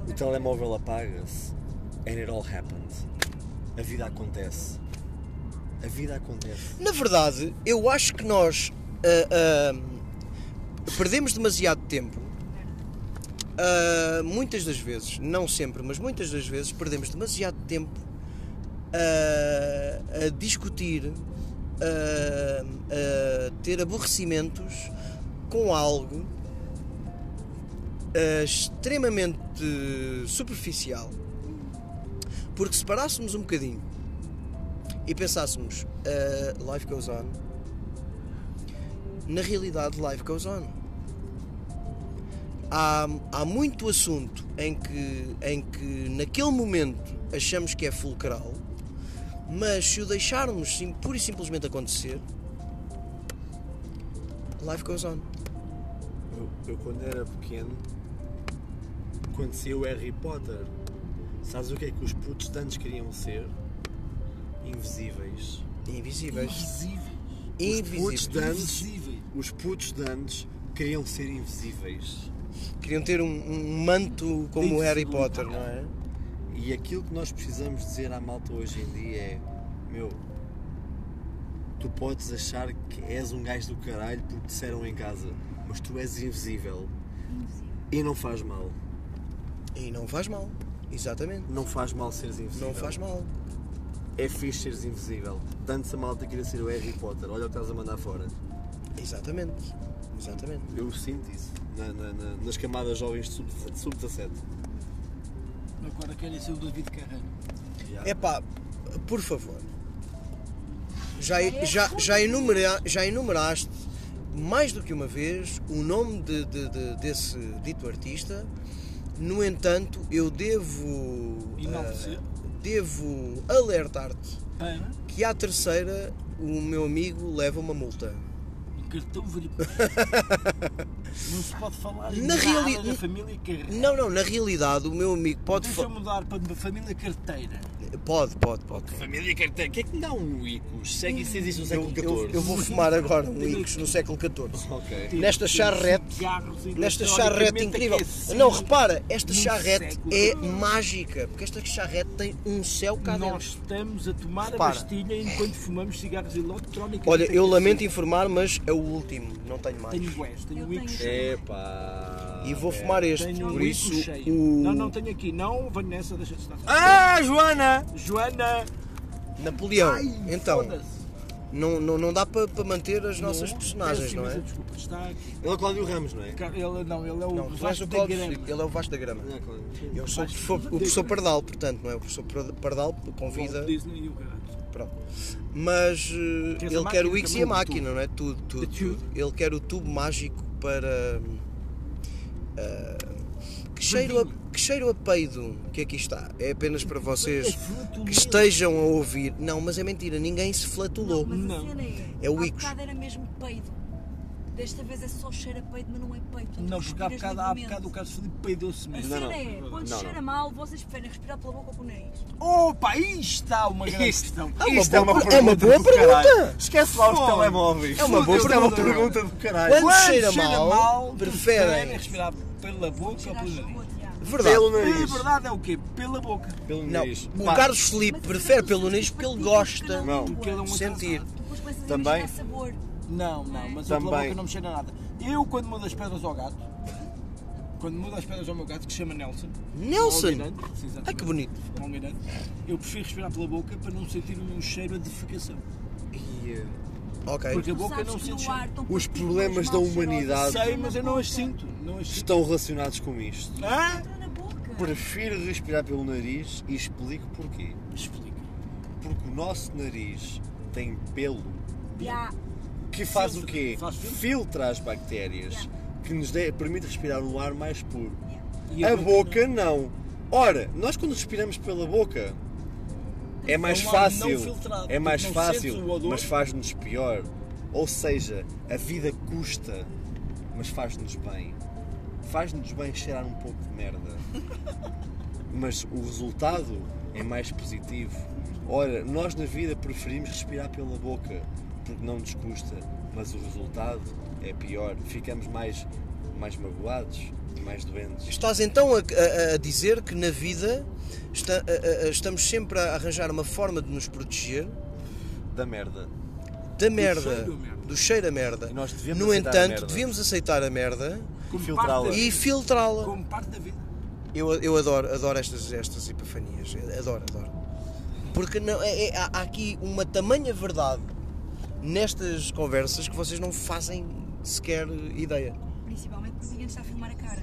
C: o telemóvel apaga-se, and it all happened. A vida acontece. A vida acontece.
B: Na verdade, eu acho que nós ah, ah, perdemos demasiado tempo. Ah, muitas das vezes, não sempre, mas muitas das vezes perdemos demasiado tempo ah, a discutir, ah, a ter aborrecimentos com algo ah, extremamente superficial. Porque se parássemos um bocadinho e pensássemos, ah, life goes on, na realidade, life goes on. Há, há muito assunto em que, em que naquele momento achamos que é fulcral, mas se o deixarmos sim, pura e simplesmente acontecer, life goes on.
C: Eu, eu, quando era pequeno, conheci o Harry Potter. Sabes o que é que os putos de antes queriam ser? Invisíveis.
B: Invisíveis.
C: Os putos
B: Invisíveis.
C: de antes, os putos de antes queriam ser invisíveis.
B: Queriam ter um, um manto como o Harry Potter, não é?
C: E aquilo que nós precisamos dizer à malta hoje em dia é: Meu, tu podes achar que és um gajo do caralho porque disseram em casa, mas tu és invisível. E não faz mal.
B: E não faz mal. Exatamente.
C: Não faz mal seres invisível.
B: Não faz mal.
C: É fixe seres invisível. Tanto a malta queria ser o Harry Potter. Olha o que estás a mandar fora.
B: Exatamente. Exatamente.
C: Eu sinto isso. na- na- na- nas camadas jovens de sub-17.
A: Agora querem ser o David Carrano.
B: É pá, por favor. Já, já, já, enumera, já enumeraste mais do que uma vez o nome de- de- de- desse dito artista. No entanto, eu devo.
A: Enaltecer.
B: ah, devo alertar-te
A: Para
B: que à terceira o meu amigo leva uma multa.
A: um cartão vermelho.
B: (laughs)
A: não se pode falar
B: Na
A: na
B: reali-
A: nada da família Carrano.
B: Não, não, na realidade o meu amigo pode.
A: Deixa
B: fa-
A: eu mudar para a família carteira.
B: Pode, pode, pode.
C: Família carteira, o que é que me dá um Icos? Segue se existe no
B: Eu,
C: século
B: eu-
C: XIV.
B: eu vou
A: (laughs)
B: fumar agora um Icos no século XIV.
C: Ok.
B: Nesta charrete, Nesta charrete incrível. Não, repara, esta
A: num
B: charrete
A: século.
B: é mágica, porque esta charrete tem um céu cá
A: Nós
B: dentro.
A: estamos a tomar
B: Repara.
A: a pastilha enquanto fumamos cigarros eletrónicos.
B: Olha,
A: Tem
B: eu
A: que
B: lamento
A: ser.
B: informar, mas é o último, não tenho mais.
A: Tenho West, tenho
E: Eu
A: Wix.
E: tenho-
C: Epá. É.
B: E vou fumar É, este,
A: Tenho um
B: por
A: bico
B: isso
A: cheio.
B: o. Ah!
A: Não, não tenho aqui. Não, Vanessa, deixa de estar.
C: Ah, Joana!
A: Joana,
B: Napoleão. então, não, não, não dá para para manter as nossas personagens,
A: Peço
B: não
A: imensa
B: é?
A: Desculpa, está aqui.
C: Ele é o Cláudio Ramos, não é?
A: Ele, não, ele é o
B: Não, tu és
A: Vasco
B: o
A: da
B: Cláudio,
A: Grama.
B: ele é o Vasco da Grama.
C: É, Cláudio.
B: Eu sou o professor, o professor Pardal, portanto, não é? O professor Pardal convida.
A: Disney e o caralho.
B: Pronto. Mas eh,
A: Queres a
B: ele quer o
A: máquina
B: X
A: também,
B: e a
A: o
B: máquina, não é? Tudo, tudo,
A: The tube.
B: tudo. Ele quer o tubo mágico para. hum, ah, que, cheiro a, que cheiro a peido que aqui está. É apenas para vocês que estejam a ouvir. Não, mas é mentira, ninguém se flatulou.
E: Mas
A: Não.
E: a cena é.
B: É o
E: há
B: Icos.
E: bocado era mesmo peido. Desta vez é só cheiro a peido, mas não é peido. portanto,
A: Não, porque há
E: respiras
A: bocado, há
E: livremente.
A: bocado o Carlos Felipe peidou-se
E: A
A: mesmo.
E: cena é, quando cheira mal, vocês preferem respirar pela boca ou pelo nariz.
A: Opa, aí está uma
B: É
A: grande questão.
C: Isto é uma
B: boa- é uma boa
C: do caralho.
B: pergunta.
C: Esquece lá os
A: Foda-se.
C: telemóveis.
B: É uma boa
C: Isto é uma
B: pergunta.
C: pergunta do caralho.
B: Quando, cheira, mal,
A: preferem
B: preferem.
A: respirar pela boca ou
E: Cheira a
A: pelo nariz?
E: esgoto, já.
B: Verdade.
C: Pelo
A: A
C: nariz.
A: verdade é o quê? Pela boca.
C: Pelo
B: Não,
C: nariz.
B: o
C: Pá,
B: Carlos Felipe
E: Mas
B: prefere
E: depois
B: pelo
E: vocês
B: nariz porque ele
E: praticam
B: gosta.
E: cada
C: Não.
E: uma.
A: Porque ele é um
B: sentir.
E: Tu depois começas a
C: Também.
E: imaginar sabor.
A: Não, não, mas eu pela
C: É. Também.
A: boca não me cheira nada. Eu, quando mudo as pedras ao gato, quando mudo as pedras ao meu gato, que se chama Nelson.
B: Nelson?
A: Ah,
B: Ai, que bonito.
A: um Eu prefiro respirar pela boca para não sentir o cheiro de defecação.
B: Ok.
A: Porque a
E: Tu
A: boca
E: sabes
A: não
E: que
A: sente
E: no ar
A: cheiro.
E: estão
C: Os
E: partículas
C: problemas da
E: mal cheirosas.
C: humanidade
A: Sei, mas eu não as sinto. Não as sinto.
C: estão relacionados com isto.
A: Ah?
E: Entra na boca.
C: Prefiro respirar pelo nariz e explico porquê.
A: Explica.
C: Porque o nosso nariz tem pelo
E: Já.
C: que faz
A: Filtra.
C: o quê?
A: Faz filtro.
C: Filtra as bactérias que nos dê- permite respirar um ar mais puro.
A: E
C: a boca não. Ora, nós quando respiramos pela boca é mais
A: um ar
C: fácil.
A: não filtrado, tipo,
C: É mais
A: não sentes
C: fácil,
A: o odor.
C: mas faz-nos pior. Ou seja, a vida custa, mas faz-nos bem. Faz-nos bem cheirar um pouco
A: (laughs)
C: de merda. Mas o resultado é mais positivo. Ora, nós na vida preferimos respirar pela boca, porque não nos custa, mas o resultado é pior. Ficamos mais, mais magoados, mais doentes.
B: Estás então a, a- a dizer que na vida esta- a- a- a- estamos sempre a arranjar uma forma de nos proteger
C: da merda.
B: da merda,
A: cheiro a merda.
B: do cheiro a merda.
C: E nós devemos
B: no
C: aceitar a
B: entanto,
C: merda.
B: devemos aceitar a merda
A: Como
C: filtrá-la.
A: parte da-
B: e filtrá-la.
A: Como parte da vida.
B: Eu, eu adoro, adoro estas, estas epifanias. Adoro, adoro. Porque não, é- é- há, há aqui uma tamanha verdade nestas conversas que vocês não fazem sequer ideia.
E: Principalmente porque ninguém está a filmar a cara.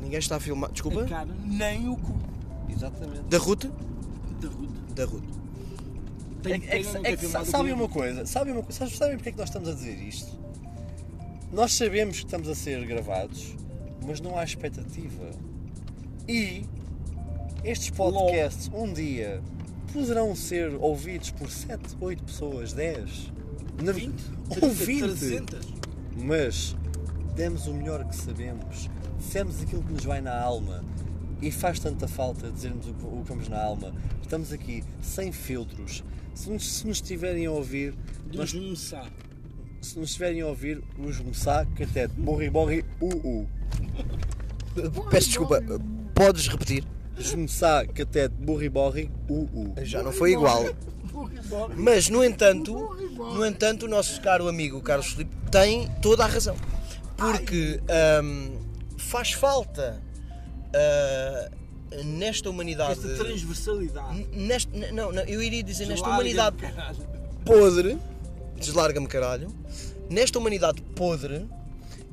B: Ninguém está a filmar.
A: A
B: Desculpa?
A: cara, nem o cu
C: Exatamente.
B: Da Ruth?
A: da Ruth.
B: Da Ruth.
A: Tem
C: É,
A: pena
C: que-
A: não
C: é
A: ter
C: que
A: filmado o
C: sabem
A: cu.
C: uma coisa? Sabem, uma, coisa? sabem- sabem porque é que nós estamos a dizer isto? Nós sabemos que estamos a ser gravados, mas não há expectativa. E estes podcasts um dia poderão ser ouvidos por 7, 8 pessoas, 10,
A: 20,
C: (laughs) ou
A: 30,
C: 20.
A: 300.
C: Mas demos o melhor que sabemos, dissemos aquilo que nos vai na alma e faz tanta falta dizermos o que, o que vamos na alma. Estamos aqui sem filtros. Se nos, se nos tiverem a ouvir, nós-
A: Dos Mussá.
C: se nos tiverem a ouvir, os Mussá, Catete, Morri Morri, UU.
B: Peço desculpa, podes repetir?
C: Os Mussá, Catete, Morri Morri, UU.
B: Já não foi igual. Mas, no entanto, no entanto, o nosso caro amigo Carlos Filipe tem toda a razão. Porque hum, faz falta ah, nesta humanidade.
C: eh,
A: Esta transversalidade.
B: n- neste- n- não, não, eu iria dizer nesta
A: Larga-me,
B: humanidade
A: caralho.
B: podre, deslarga-me caralho, nesta humanidade podre,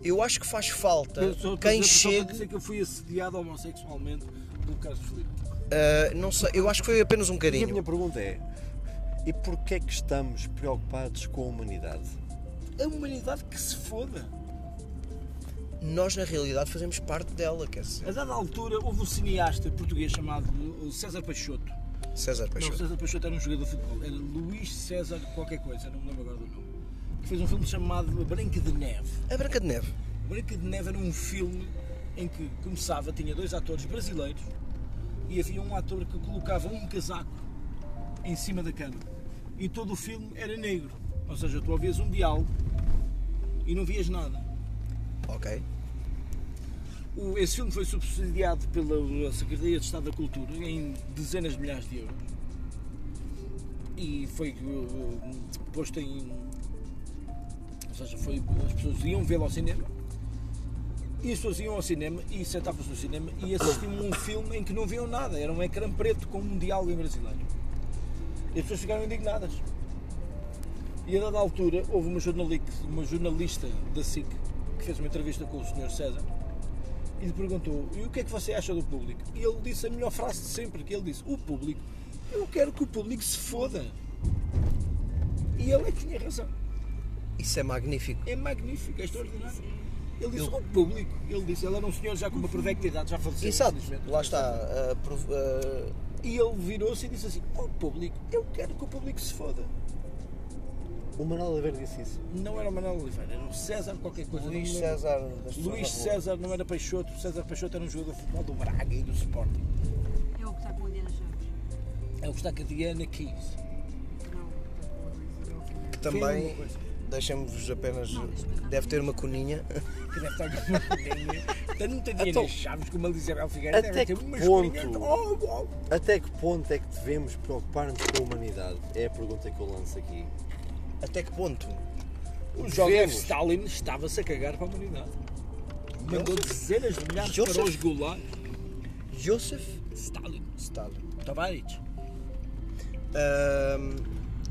B: eu acho que faz falta
A: Eu Ah, só-
B: quem
A: só- só para
B: chegue
A: dizer que eu fui assediado homossexualmente pelo Carlos Felipe.
B: Uh, não sei, eu acho que foi apenas um
C: E a
B: carinho.
C: minha pergunta é: e porquê é que estamos preocupados com a humanidade?
A: A humanidade que se foda.
B: Nós, na realidade, fazemos parte dela, quer dizer.
A: A dada altura houve um cineasta português chamado uh, César Peixoto.
B: César
A: Não,
B: Peixoto.
A: César Peixoto era um jogador de futebol. Era Luís César qualquer coisa, não me lembro agora do nome. Que fez um filme chamado A Branca de Neve.
B: A Branca de Neve.
A: A Branca de Neve era um filme em que começava, tinha dois atores brasileiros e havia um ator que colocava um casaco em cima da cama. E todo o filme era negro. Ou seja, tu ouvias um diálogo e não vias nada.
B: Ok.
A: O- esse filme foi subsidiado pela Secretaria de Estado da Cultura em dezenas de milhares de euros e foi uh, posto em. Ou seja, foi, as pessoas iam vê-lo ao cinema e as pessoas iam ao cinema e sentavam-se no cinema e assistiam a um filme em que não viam nada, era um ecrã preto com um diálogo em brasileiro. E as pessoas ficaram indignadas. E a dada altura houve uma jornalista, uma jornalista da SIC que fez uma entrevista com o Sr. César e lhe perguntou: E o que é que você acha do público? E ele disse a melhor frase de sempre: que ele disse, O público, eu quero que o público se foda. E ele é que tinha razão.
B: Isso é magnífico.
A: É magnífico, é extraordinário. Ele disse ao público, ele disse, ele era um senhor já com uma provecta idade, já faleceu.
B: Exato.
A: infelizmente.
B: Lá está. ah, prov- ah,
A: E ele virou-se e disse assim, ao público, eu quero que o público se foda.
C: O Manuel Oliveira disse isso.
A: Não era o Manuel Oliveira, era o César qualquer coisa.
B: Luís
A: não me lembro.
B: César das pessoas
A: Luís
B: da rua.
A: César não era Peixoto, César Peixoto era um jogador de futebol do Braga e do Sporting.
E: É o que está com a Diana Chaves.
A: É o que está com a Diana Keys.
B: que
A: Diga-me uma
B: também
A: coisa.
B: deixamos-vos apenas.
E: Não, deixa eu
B: Deve ter uma coninha.
A: Que deve estar com uma (laughs) colinha. Tanto a Diana
C: Então,
A: Chaves como a Lisabel Figueiredo
C: até
A: deve ter
C: que
A: uma
C: ponto?
A: escolinha. Oh, oh.
C: Até que ponto é que devemos preocupar-nos com a humanidade? É a pergunta que eu lanço aqui.
B: Até que ponto?
A: oh, O Joseph
C: Devemos.
A: Stalin estava-se a cagar para a humanidade. Mandou dezenas de milhares para
B: Joseph?
A: os gulags.
B: Joseph
A: Stalin.
B: Stalin.
A: Tavares.
B: Ahm,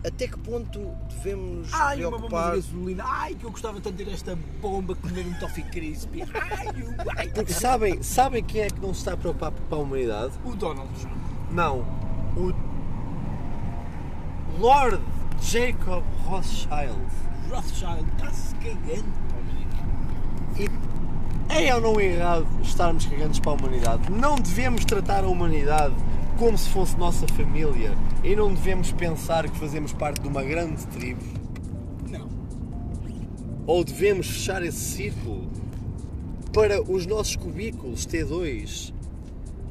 B: até que ponto devemos
A: Ai, Ah, uma bomba
B: preocupar?
A: de gasolina. Ai, que eu gostava tanto de ter esta bomba, comer um toffee crispy. Ai, o- ai.
C: (laughs) Porque sabem, sabem quem é que não se está a preocupar para a humanidade?
A: O Donald Trump.
C: Não. O Lord Jacob Rothschild.
A: Rothschild está-se cagando para a humanidade.
C: É ou não é errado estarmos cagantes para a humanidade? Não devemos tratar a humanidade como se fosse nossa família e não devemos pensar que fazemos parte de uma grande tribo.
A: Não.
C: Ou devemos fechar esse círculo para os nossos cubículos T2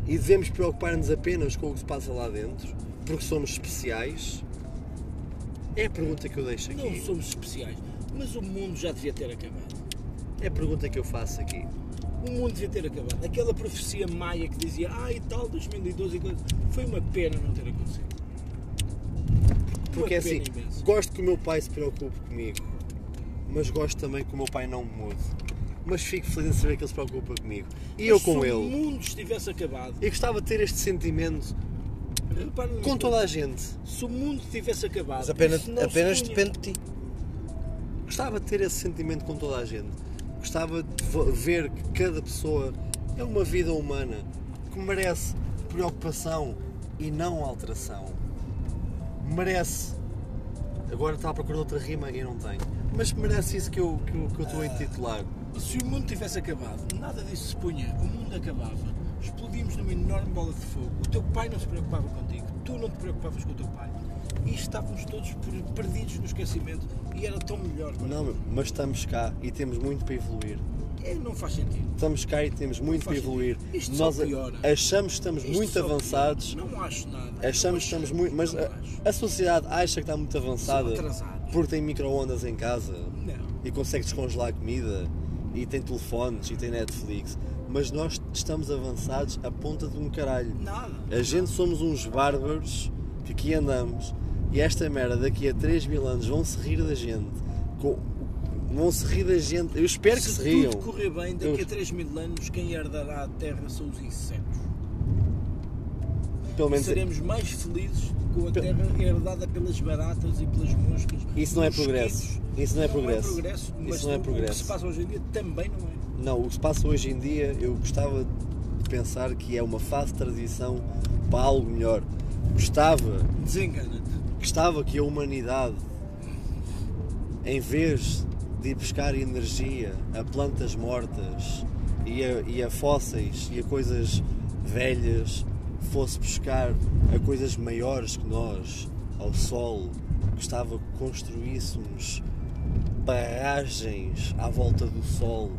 C: e devemos preocupar-nos apenas com o que se passa lá dentro porque somos especiais? É a pergunta que eu deixo
A: Não
C: aqui.
A: somos especiais. Mas o mundo já devia ter acabado.
C: É a pergunta que eu faço aqui.
A: O mundo devia ter acabado. Aquela profecia maia que dizia, ai e tal, 2012 e coisa. Foi uma pena não ter acontecido.
C: Porque é
A: Uma
C: assim,
A: pena imensa.
C: gosto que o meu pai se preocupe comigo, mas gosto também que o meu pai não me mude. Mas fico feliz em saber que ele se preocupa comigo. E eu
A: Mas
C: com
A: Se o
C: ele.
A: mundo estivesse acabado,
C: Eu gostava de ter este sentimento
A: reparem numa
C: com
A: coisa,
C: toda a gente.
A: se o mundo tivesse acabado,
B: Mas apenas,
A: isso não se
B: apenas
A: punha.
B: depende de ti.
C: Gostava de ter esse sentimento com toda a gente. Gostava de vo- ver que cada pessoa é uma vida humana que merece preocupação e não alteração. Merece. Agora está a procurar outra rima e não tenho. Mas merece isso que eu, que eu, que eu estou a intitular.
A: Se o mundo tivesse acabado, nada disso se punha, o mundo acabava, explodimos numa enorme bola de fogo, o teu pai não se preocupava contigo, tu não te preocupavas com o teu pai, e estávamos todos per- perdidos no esquecimento, e era tão melhor. para
C: Não, mas estamos cá e temos muito para evoluir.
A: nós. É, não faz sentido.
C: Estamos cá e temos muito para
A: Faz sentido.
C: evoluir.
A: Isto só
C: Nós a-
A: piora.
C: achamos que estamos
A: Isto
C: muito
A: só que-
C: avançados.
A: Não acho nada.
C: Achamos que estamos muito. Mas é-
A: Não
C: a,
A: acho.
C: a sociedade acha que está muito avançada
A: atrasados.
C: porque tem micro-ondas em casa
A: Não.
C: e consegue descongelar comida e tem telefones e tem Netflix. Mas nós estamos avançados à ponta de um caralho.
A: Nada.
C: A gente somos uns bárbaros que aqui andamos e esta merda daqui a 3 mil anos vão se rir da gente. Com- Vão se rir da gente. Eu espero que se,
A: se
C: riam.
A: tudo correr bem, daqui a
C: Eu-
A: 3 mil anos, quem herdará a terra são os insetos.
C: Pelo menos
A: Seremos mais felizes com a terra herdada pelas baratas e pelas moscas.
C: Isso não é
A: Mosquitos.
C: progresso. Isso não é progresso.
A: mas
C: Isso não é
A: o- O que
C: progresso.
A: se passa hoje em dia também não é.
C: Não, o que se passa hoje em dia, eu gostava de pensar que é uma fase de transição para algo melhor. Gostava,
A: Desengana-te.
C: gostava que a humanidade, em vez de ir buscar energia a plantas mortas e a, e a fósseis e a coisas velhas, fosse buscar a coisas maiores que nós, ao sol. Gostava que construíssemos barragens à volta do Sol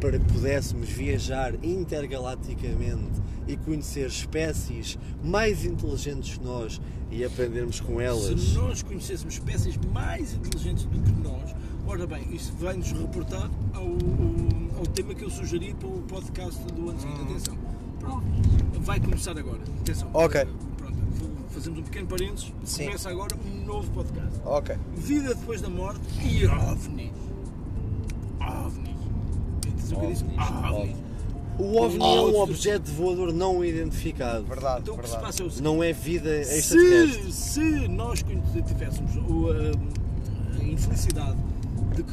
C: para que pudéssemos viajar intergalaticamente e conhecer espécies mais inteligentes que nós e aprendermos com
A: Se
C: elas.
A: nós conhecêssemos espécies mais inteligentes do que nós, ora bem, isso vai-nos reportar ao, ao- ao tema que eu sugeri para o podcast do ano
B: Hum.
A: seguinte. Atenção. Pronto. Vai começar agora. Atenção.
B: Ok.
A: Pronto. Fazemos um pequeno parênteses.
B: Sim.
A: Começa agora um novo podcast.
B: Ok.
A: Vida depois da morte e OVNIs. OVNIs. Diz o que eu disse? Ah,
B: OVNIs.
A: OVNIs.
B: Ah,
C: O OVNI é um objeto voador não identificado.
B: Verdade,
A: Então o que se
B: verdade.
A: passa é o seguinte.
C: Não é vida extraterrestre.
A: se, se nós conhe- tivéssemos o, hum, a, a infelicidade de co-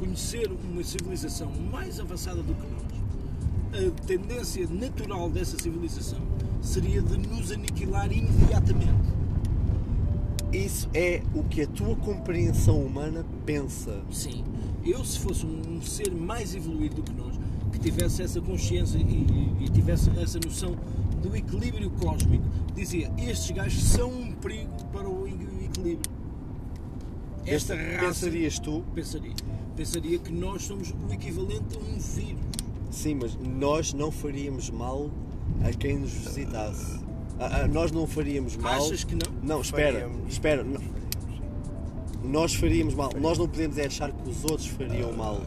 A: conhecer uma civilização mais avançada do que nós, a tendência natural dessa civilização seria de nos aniquilar imediatamente.
C: Isso é o que a tua compreensão humana pensa.
A: Sim, eu se fosse um, um ser mais evoluído do que nós, que tivesse essa consciência e, e tivesse essa noção do equilíbrio cósmico, dizia: estes gajos são um perigo para o equi- equilíbrio. Esta
C: Pensa-
A: raça.
C: Pensarias tu?
A: Pensaria. Pensaria que nós somos o equivalente a um vírus.
C: Sim, mas nós não faríamos mal a quem nos visitasse. A- a- nós não faríamos mal.
A: Achas que não?
C: Não, espera,
B: Faríamos.
C: espera. N- Nós faríamos mal. Nós não podemos é achar que os outros fariam mal.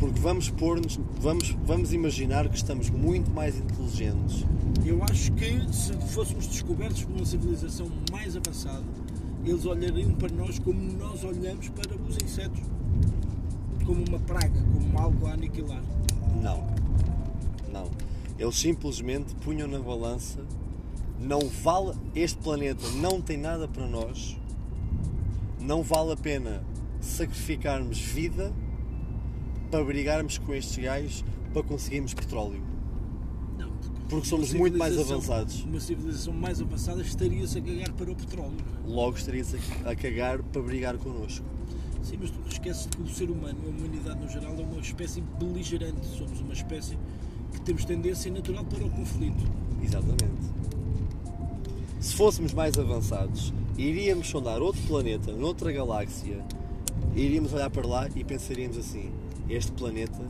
C: Porque vamos pôr-nos, vamos, vamos imaginar que estamos muito mais inteligentes.
A: Eu acho que se fôssemos descobertos por uma civilização mais avançada, eles olhariam para nós como nós olhamos para os insetos como uma praga, como algo a aniquilar.
C: Não. Não. Eles simplesmente punham na balança. Não vale. Este planeta não tem nada para nós. Não vale a pena sacrificarmos vida para brigarmos com estes gajos para conseguirmos petróleo.
A: Não,
C: Porque somos
A: uma
C: muito mais
A: civilização-
C: avançados.
A: Uma civilização mais avançada estaria-se a cagar para o petróleo, não
C: Logo estaria-se a- a cagar para brigar connosco.
A: é? Sim, mas tu esqueces que o ser humano, a humanidade no geral, é uma espécie beligerante. Somos uma espécie que temos tendência natural para o conflito.
C: Exatamente. Se fôssemos mais avançados, iríamos sondar outro planeta, noutra galáxia, iríamos olhar para lá e pensaríamos assim: este planeta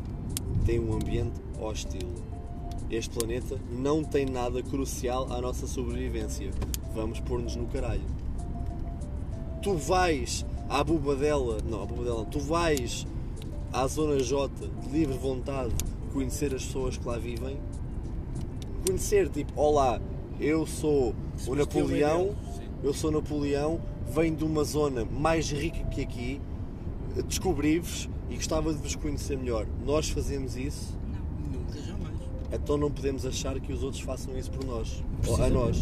C: tem um ambiente hostil. Este planeta não tem nada crucial à nossa sobrevivência. Vamos pôr-nos no caralho. Tu vais à Bubadela, não, à Bubadela, não, tu vais à Zona J de livre vontade conhecer as pessoas que lá vivem conhecer, tipo, olá, eu sou o Napoleão, eu sou Napoleão, venho de uma zona mais rica que aqui, descobri-vos e gostava de vos conhecer melhor. Nós fazemos isso,
A: Nunca, jamais.
C: então não podemos achar que os outros façam isso por nós, ou a nós.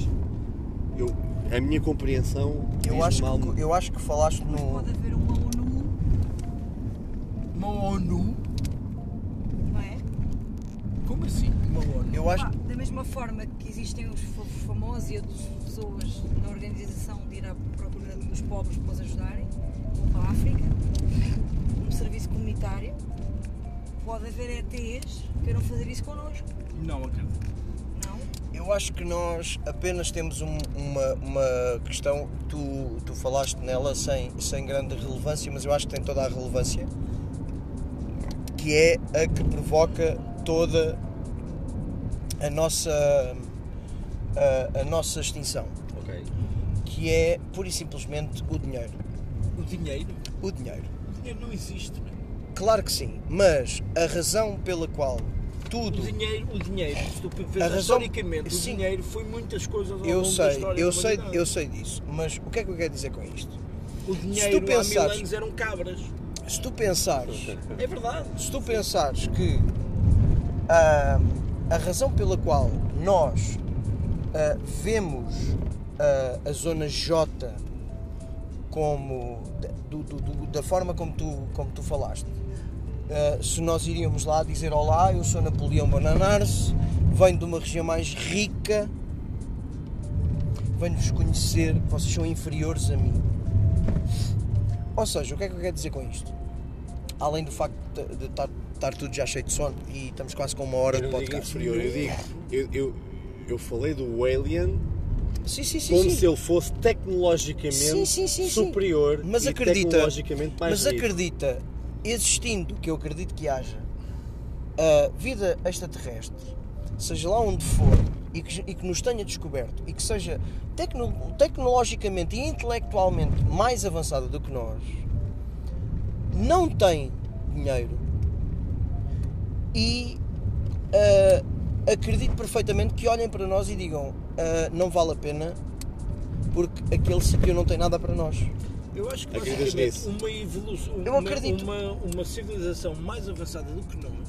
C: Eu, a minha compreensão
B: Eu
C: diz
B: acho,
C: mal,
B: que, eu acho que falaste
E: Mas
B: no.
E: pode haver um uma ONU,
A: Uma ONU?
E: não é?
A: Como assim? Uma ONU?
B: Eu acho,
E: Pá, da mesma forma que existem os fa- famosos e outras pessoas na organização de ir à procura dos pobres para os ajudarem, ou para a África, um serviço comunitário, pode haver ETEs que queiram fazer isso connosco,
A: Não, acaba.
E: não?
B: eu acho que nós apenas temos um- uma, uma questão. Tu, tu falaste nela sem, sem grande relevância, mas eu acho que tem toda a relevância. Que é a que provoca toda a nossa, a- a nossa extinção.
C: Ok.
B: Que é pura e simplesmente o dinheiro.
A: O dinheiro?
B: O dinheiro.
A: O dinheiro não existe, não é?
B: Claro que sim, mas a razão pela qual
A: O
B: tudo.
A: dinheiro, o dinheiro, se tu
B: A
A: pensas
B: razão-
A: historicamente, o
B: Sim.
A: dinheiro foi muitas coisas ao
B: Eu
A: longo da
B: sei,
A: história
B: eu
A: da
B: sei,
A: humanidade.
B: eu sei disso, mas o que é que eu quero dizer com isto?
A: O dinheiro há
B: pensares-
A: mil anos eram cabras.
B: Se tu pensares,
A: É verdade.
B: se tu pensares que ah, a, razão pela qual nós ah, vemos ah, a zona J como do- do- do- da forma como tu, como tu falaste, ah, se nós iríamos lá dizer olá, eu sou Napoleão Bananarse, venho de uma região mais rica, venho-vos conhecer, vocês são inferiores a mim. Ou seja, o que é que eu quero dizer com isto? Além do facto de- de estar, estar tudo já cheio de sono e estamos quase com uma hora
C: Eu
B: de
C: não digo
B: podcast.
C: inferior, eu digo, eu, eu, eu falei do Alien
B: Sim, sim, sim.
C: como
B: sim.
C: se ele fosse tecnologicamente
B: Sim, sim, sim, sim.
C: superior
B: Mas
C: e
B: acredita,
C: tecnologicamente mais
B: Mas
C: rico.
B: acredita, existindo, que eu acredito que haja, a vida extraterrestre, seja lá onde for, e que, e que nos tenha descoberto, e que seja tecno- tecnologicamente e intelectualmente mais avançada do que nós, não tem dinheiro e ah, acredito perfeitamente que olhem para nós e digam "Ah, não vale a pena porque aquele sítio não tem nada para nós.
A: Eu acho É que
C: Acreditas
A: basicamente uma evolução,
B: Eu
A: uma,
B: acredito.
A: uma, uma civilização mais avançada do que nós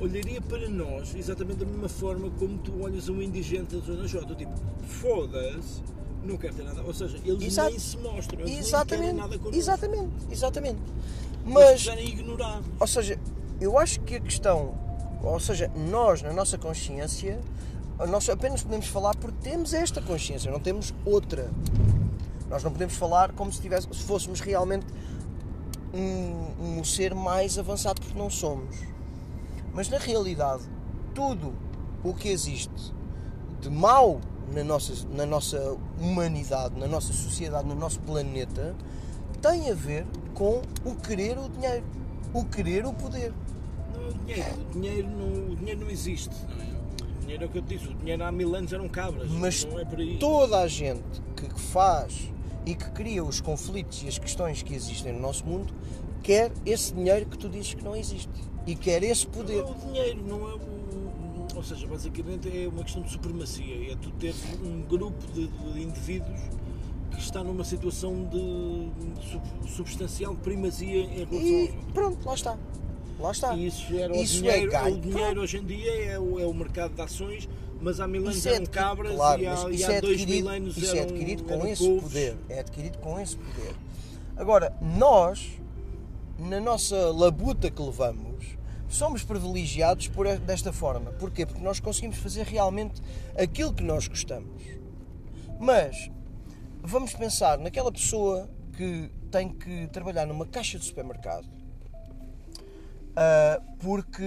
A: olharia para nós exatamente da mesma forma como tu olhas um indigente da zona J. Tipo, foda-se, não quero ter nada. Ou seja, eles
B: Exato.
A: nem se mostram, eles
B: Exatamente,
A: nem querem nada connosco.
B: exatamente, exatamente.
A: Eles
B: Mas,
A: querem ignorar.
B: ou seja, eu acho que a questão, ou seja, nós na nossa consciência, nós apenas podemos falar porque temos esta consciência, não temos outra. Nós não podemos falar como se, tivesse, se fôssemos realmente um, um ser mais avançado, porque não somos. Mas na realidade, tudo o que existe de mau na nossa, na nossa humanidade, na nossa sociedade, no nosso planeta, tem a ver com o querer o dinheiro, o querer o poder.
A: Não, o dinheiro, o dinheiro não, o dinheiro não existe. Não é? O dinheiro é o que eu te disse, o dinheiro há mil anos eram cabras.
B: Mas
A: não é por aí.
B: toda a gente que faz e que cria os conflitos e as questões que existem no nosso mundo quer esse dinheiro que tu dizes que não existe e quer esse poder.
A: Não é o dinheiro, não é o. Ou seja, basicamente é uma questão de supremacia. É tu ter um grupo de, de indivíduos que está numa situação de, de sub- substancial primazia em relação
B: E
A: aos outros.
B: pronto, lá está. Lá está.
A: E isso era o
B: Isso é
A: dinheiro.
B: ganho.
A: o dinheiro hoje em dia é o, é o mercado de ações, mas há mil anos
B: Isso é
A: eram
B: adqui-
A: cabras
B: claro,
A: e há,
B: mas
A: e
B: isso
A: há
B: é
A: dois mil
B: adquirido-
A: anos
B: isso é
A: eram,
B: adquirido com
A: eram
B: esse
A: couves.
B: poder. É adquirido com esse poder. Agora, nós, na nossa labuta que levamos, somos privilegiados por, e- desta forma. Porquê? Porque nós conseguimos fazer realmente aquilo que nós gostamos. Mas vamos pensar naquela pessoa que tem que trabalhar numa caixa de supermercado ah, porque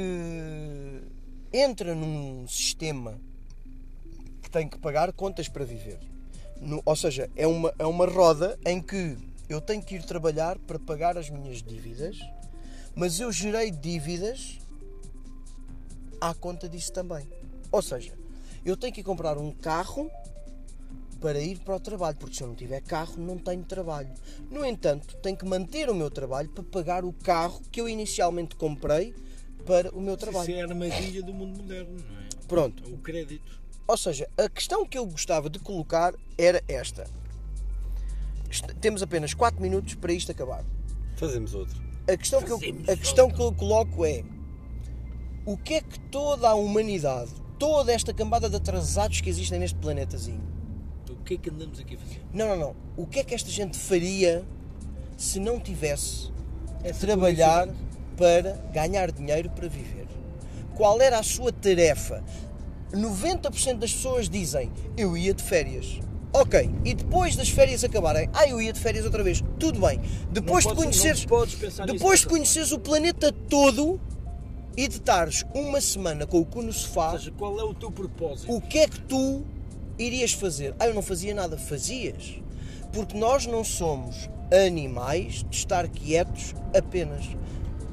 B: entra num sistema que tem que pagar contas para viver. No- ou seja, é uma, é uma roda em que eu tenho que ir trabalhar para pagar as minhas dívidas, mas eu gerei dívidas à conta disso também. Ou seja, eu tenho que comprar um carro para ir para o trabalho, porque se eu não tiver carro, não tenho trabalho. No entanto, tenho que manter o meu trabalho para pagar o carro que eu inicialmente comprei para o meu
A: Isso
B: trabalho.
A: é a armadilha do mundo moderno, não é?
B: Pronto.
A: O crédito.
B: Ou seja, a questão que eu gostava de colocar era esta. Est- Temos apenas 4 minutos para isto acabar.
C: Fazemos outro.
B: A questão, que eu, a questão que eu coloco é: o que é que toda a humanidade, toda esta cambada de atrasados que existem neste planetazinho,
A: O que é que andamos aqui a fazer?
B: não, não, não, o que é que esta gente faria se não tivesse a
A: Essa
B: trabalhar para ganhar dinheiro para viver? Qual era a sua tarefa? 90% das pessoas dizem: Eu ia de férias. Ok, e depois das férias acabarem, ah, eu ia de férias outra vez. Tudo bem. Depois
A: Não
B: de
A: podes-
B: conheceres.
A: não podes pensar nisso
B: Depois de
A: dessa
B: conheceres o planeta todo e de estares uma semana com o cu no sofá,
A: Ou seja, qual é o teu propósito?
B: o que é que tu irias fazer? Ah, eu não fazia nada. Fazias. Porque nós não somos animais de estar quietos apenas.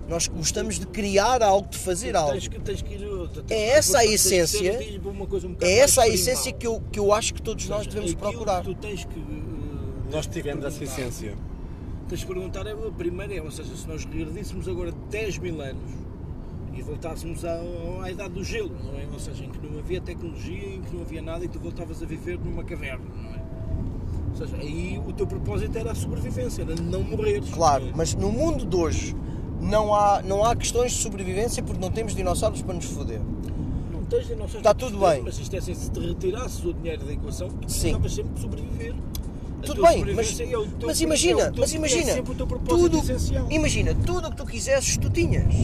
B: Nós gostamos de criar algo, de fazer algo.
A: Tens que, tens que ir, tens que-
B: É essa a
A: tens que ter um
B: essência.
A: tipo uma coisa um bocado
B: É essa a
A: mais
B: essência
A: primal.
B: que eu, que eu acho que todos nós devemos
A: Aquilo
B: procurar.
A: que Tu tens que. eh,
C: Nós tivemos
A: perguntar.
C: essa essência.
A: Tens de perguntar, é a primeira, é, ou seja, se nós regredíssemos agora 10 mil anos e voltássemos à, à idade do gelo, não é? Ou seja, em que não havia tecnologia, em que não havia nada e tu voltavas a viver numa caverna, não é? Ou seja, aí o teu propósito era a sobrevivência, era não morreres.
B: Claro,
A: não é?
B: mas no mundo de hoje não há, não há questões de sobrevivência porque não temos dinossauros para nos foder.
A: Não tens dinossauros.
B: Está Tá tudo bem.
A: Mas isto é assim, se te retirasses o dinheiro da equação, tu
B: Sim.
A: estavas sempre de sobreviver. A
B: Tudo
A: tua
B: bem, mas,
A: sobrevivência é o teu
B: mas
A: propósito, é
B: imagina,
A: o teu-
B: mas
A: É
B: imagina,
A: sempre o teu propósito
B: tudo,
A: essencial.
B: imagina, tudo o que tu quisesses tu tinhas.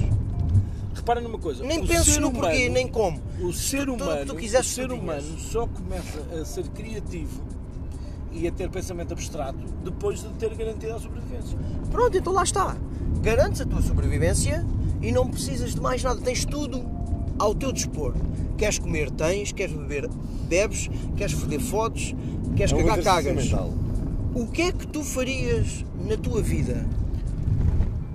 A: Repara numa coisa.
B: Nem
A: o
B: penses
A: ser
B: no porquê,
A: humano-
B: nem como.
A: O ser
B: Tudo o que
A: humano,
B: tu quiseres,
A: o ser
B: tu tinhas.
A: humano só começa a ser criativo e a ter pensamento abstrato depois de ter garantido a sobrevivência.
B: Pronto, então lá está. Garantes a tua sobrevivência e não precisas de mais nada. Tens tudo ao teu dispor. Queres comer, tens. Queres beber, bebes. Queres foder, fodes. Queres
C: É um
B: cagar,
C: exercício
B: cagas.
C: mental.
B: O que é que tu farias na tua vida?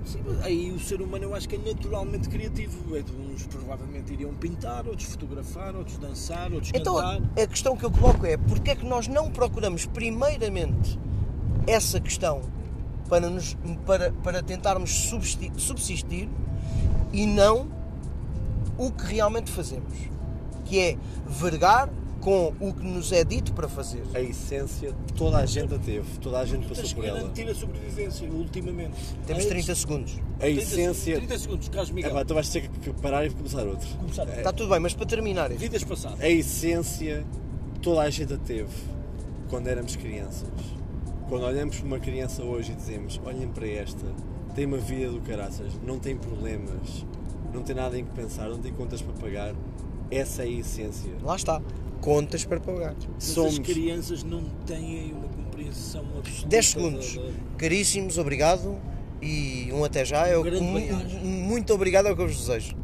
A: Sim, mas aí o ser humano eu acho que é naturalmente criativo. É de Uns provavelmente iriam pintar, outros fotografar, outros dançar, outros
B: Então,
A: cantar.
B: a questão que eu coloco é porque é que nós não procuramos primeiramente essa questão para, nos, para, para tentarmos subsistir, subsistir e não o que realmente fazemos, que é vergar, com o que nos é dito para fazer.
C: A essência, toda a gente a teve, toda a gente
A: Tens
C: passou
A: que
C: por ela.
A: garantir a sobrevivência, ultimamente.
B: Temos
A: É
B: 30 segundos.
C: A
A: 30
C: essência.
A: 30 segundos, Carlos
C: É
A: Miguel.
C: pá, tu vais ter que parar e começar outro.
A: começar.
B: Está tudo bem, mas para terminar,
A: Vidas passadas.
C: A essência, toda a gente a teve quando éramos crianças. Quando olhamos para uma criança hoje e dizemos: olhem para esta, tem uma vida do caraças, não tem problemas, não tem nada em que pensar, não tem contas para pagar. Essa é a essência.
B: lá está. Contas para pagar.
A: Mas
C: Somos.
A: As crianças não têm uma compreensão absoluta.
B: 10 segundos.
A: da- da-
B: Caríssimos, obrigado. E é. um até já. É o
A: grande
B: mu-
A: bem-aja.
B: muito obrigado é o que eu vos desejo.